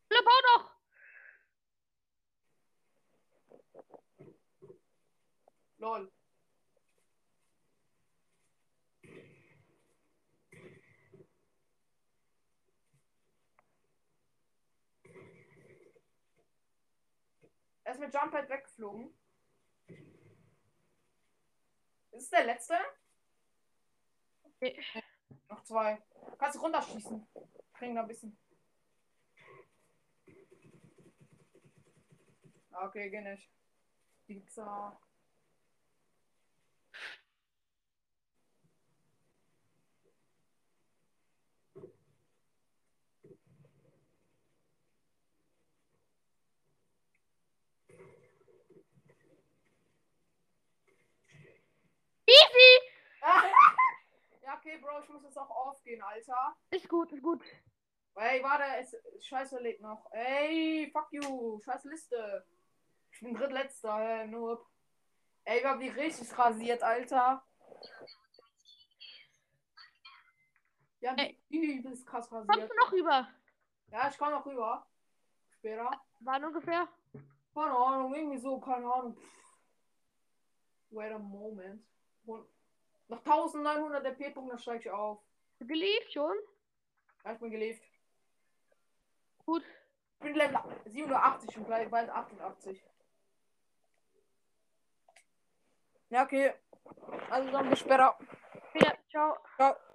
[SPEAKER 2] Philipp, bau doch.
[SPEAKER 1] Lol. Er ist mit Jumppad weggeflogen. Ist es der letzte?
[SPEAKER 2] Nee.
[SPEAKER 1] Noch zwei. Kannst du runterschießen. Kriegen da ein bisschen. Ah, Okay, geh nicht. Pizza.
[SPEAKER 2] Easy.
[SPEAKER 1] <laughs> Ja, okay, Bro, ich muss jetzt auch aufgehen, Alter.
[SPEAKER 2] Ist gut, ist gut.
[SPEAKER 1] Ey, warte, es, scheiße lädt noch. Ey, fuck you, scheiß Liste. Ich bin drittletzter, ey, Noob. Ey, ich hab die richtig rasiert, Alter. Ja,
[SPEAKER 2] Ey.
[SPEAKER 1] übelst krass
[SPEAKER 2] Kommst
[SPEAKER 1] rasiert.
[SPEAKER 2] du noch rüber?
[SPEAKER 1] Ja, ich komm noch rüber. Später.
[SPEAKER 2] Waren ungefähr.
[SPEAKER 1] Keine Ahnung, irgendwie so, keine Ahnung. Pff. Wait a moment. Und nach 1900 DP-Punkten, dann steig ich auf.
[SPEAKER 2] Geliebt schon.
[SPEAKER 1] Ja, ich bin gelebt.
[SPEAKER 2] Gut.
[SPEAKER 1] Ich bin Level 87 und gleich bald 88. Ja, okay. Also dann bis später.
[SPEAKER 2] Wieder. Ciao.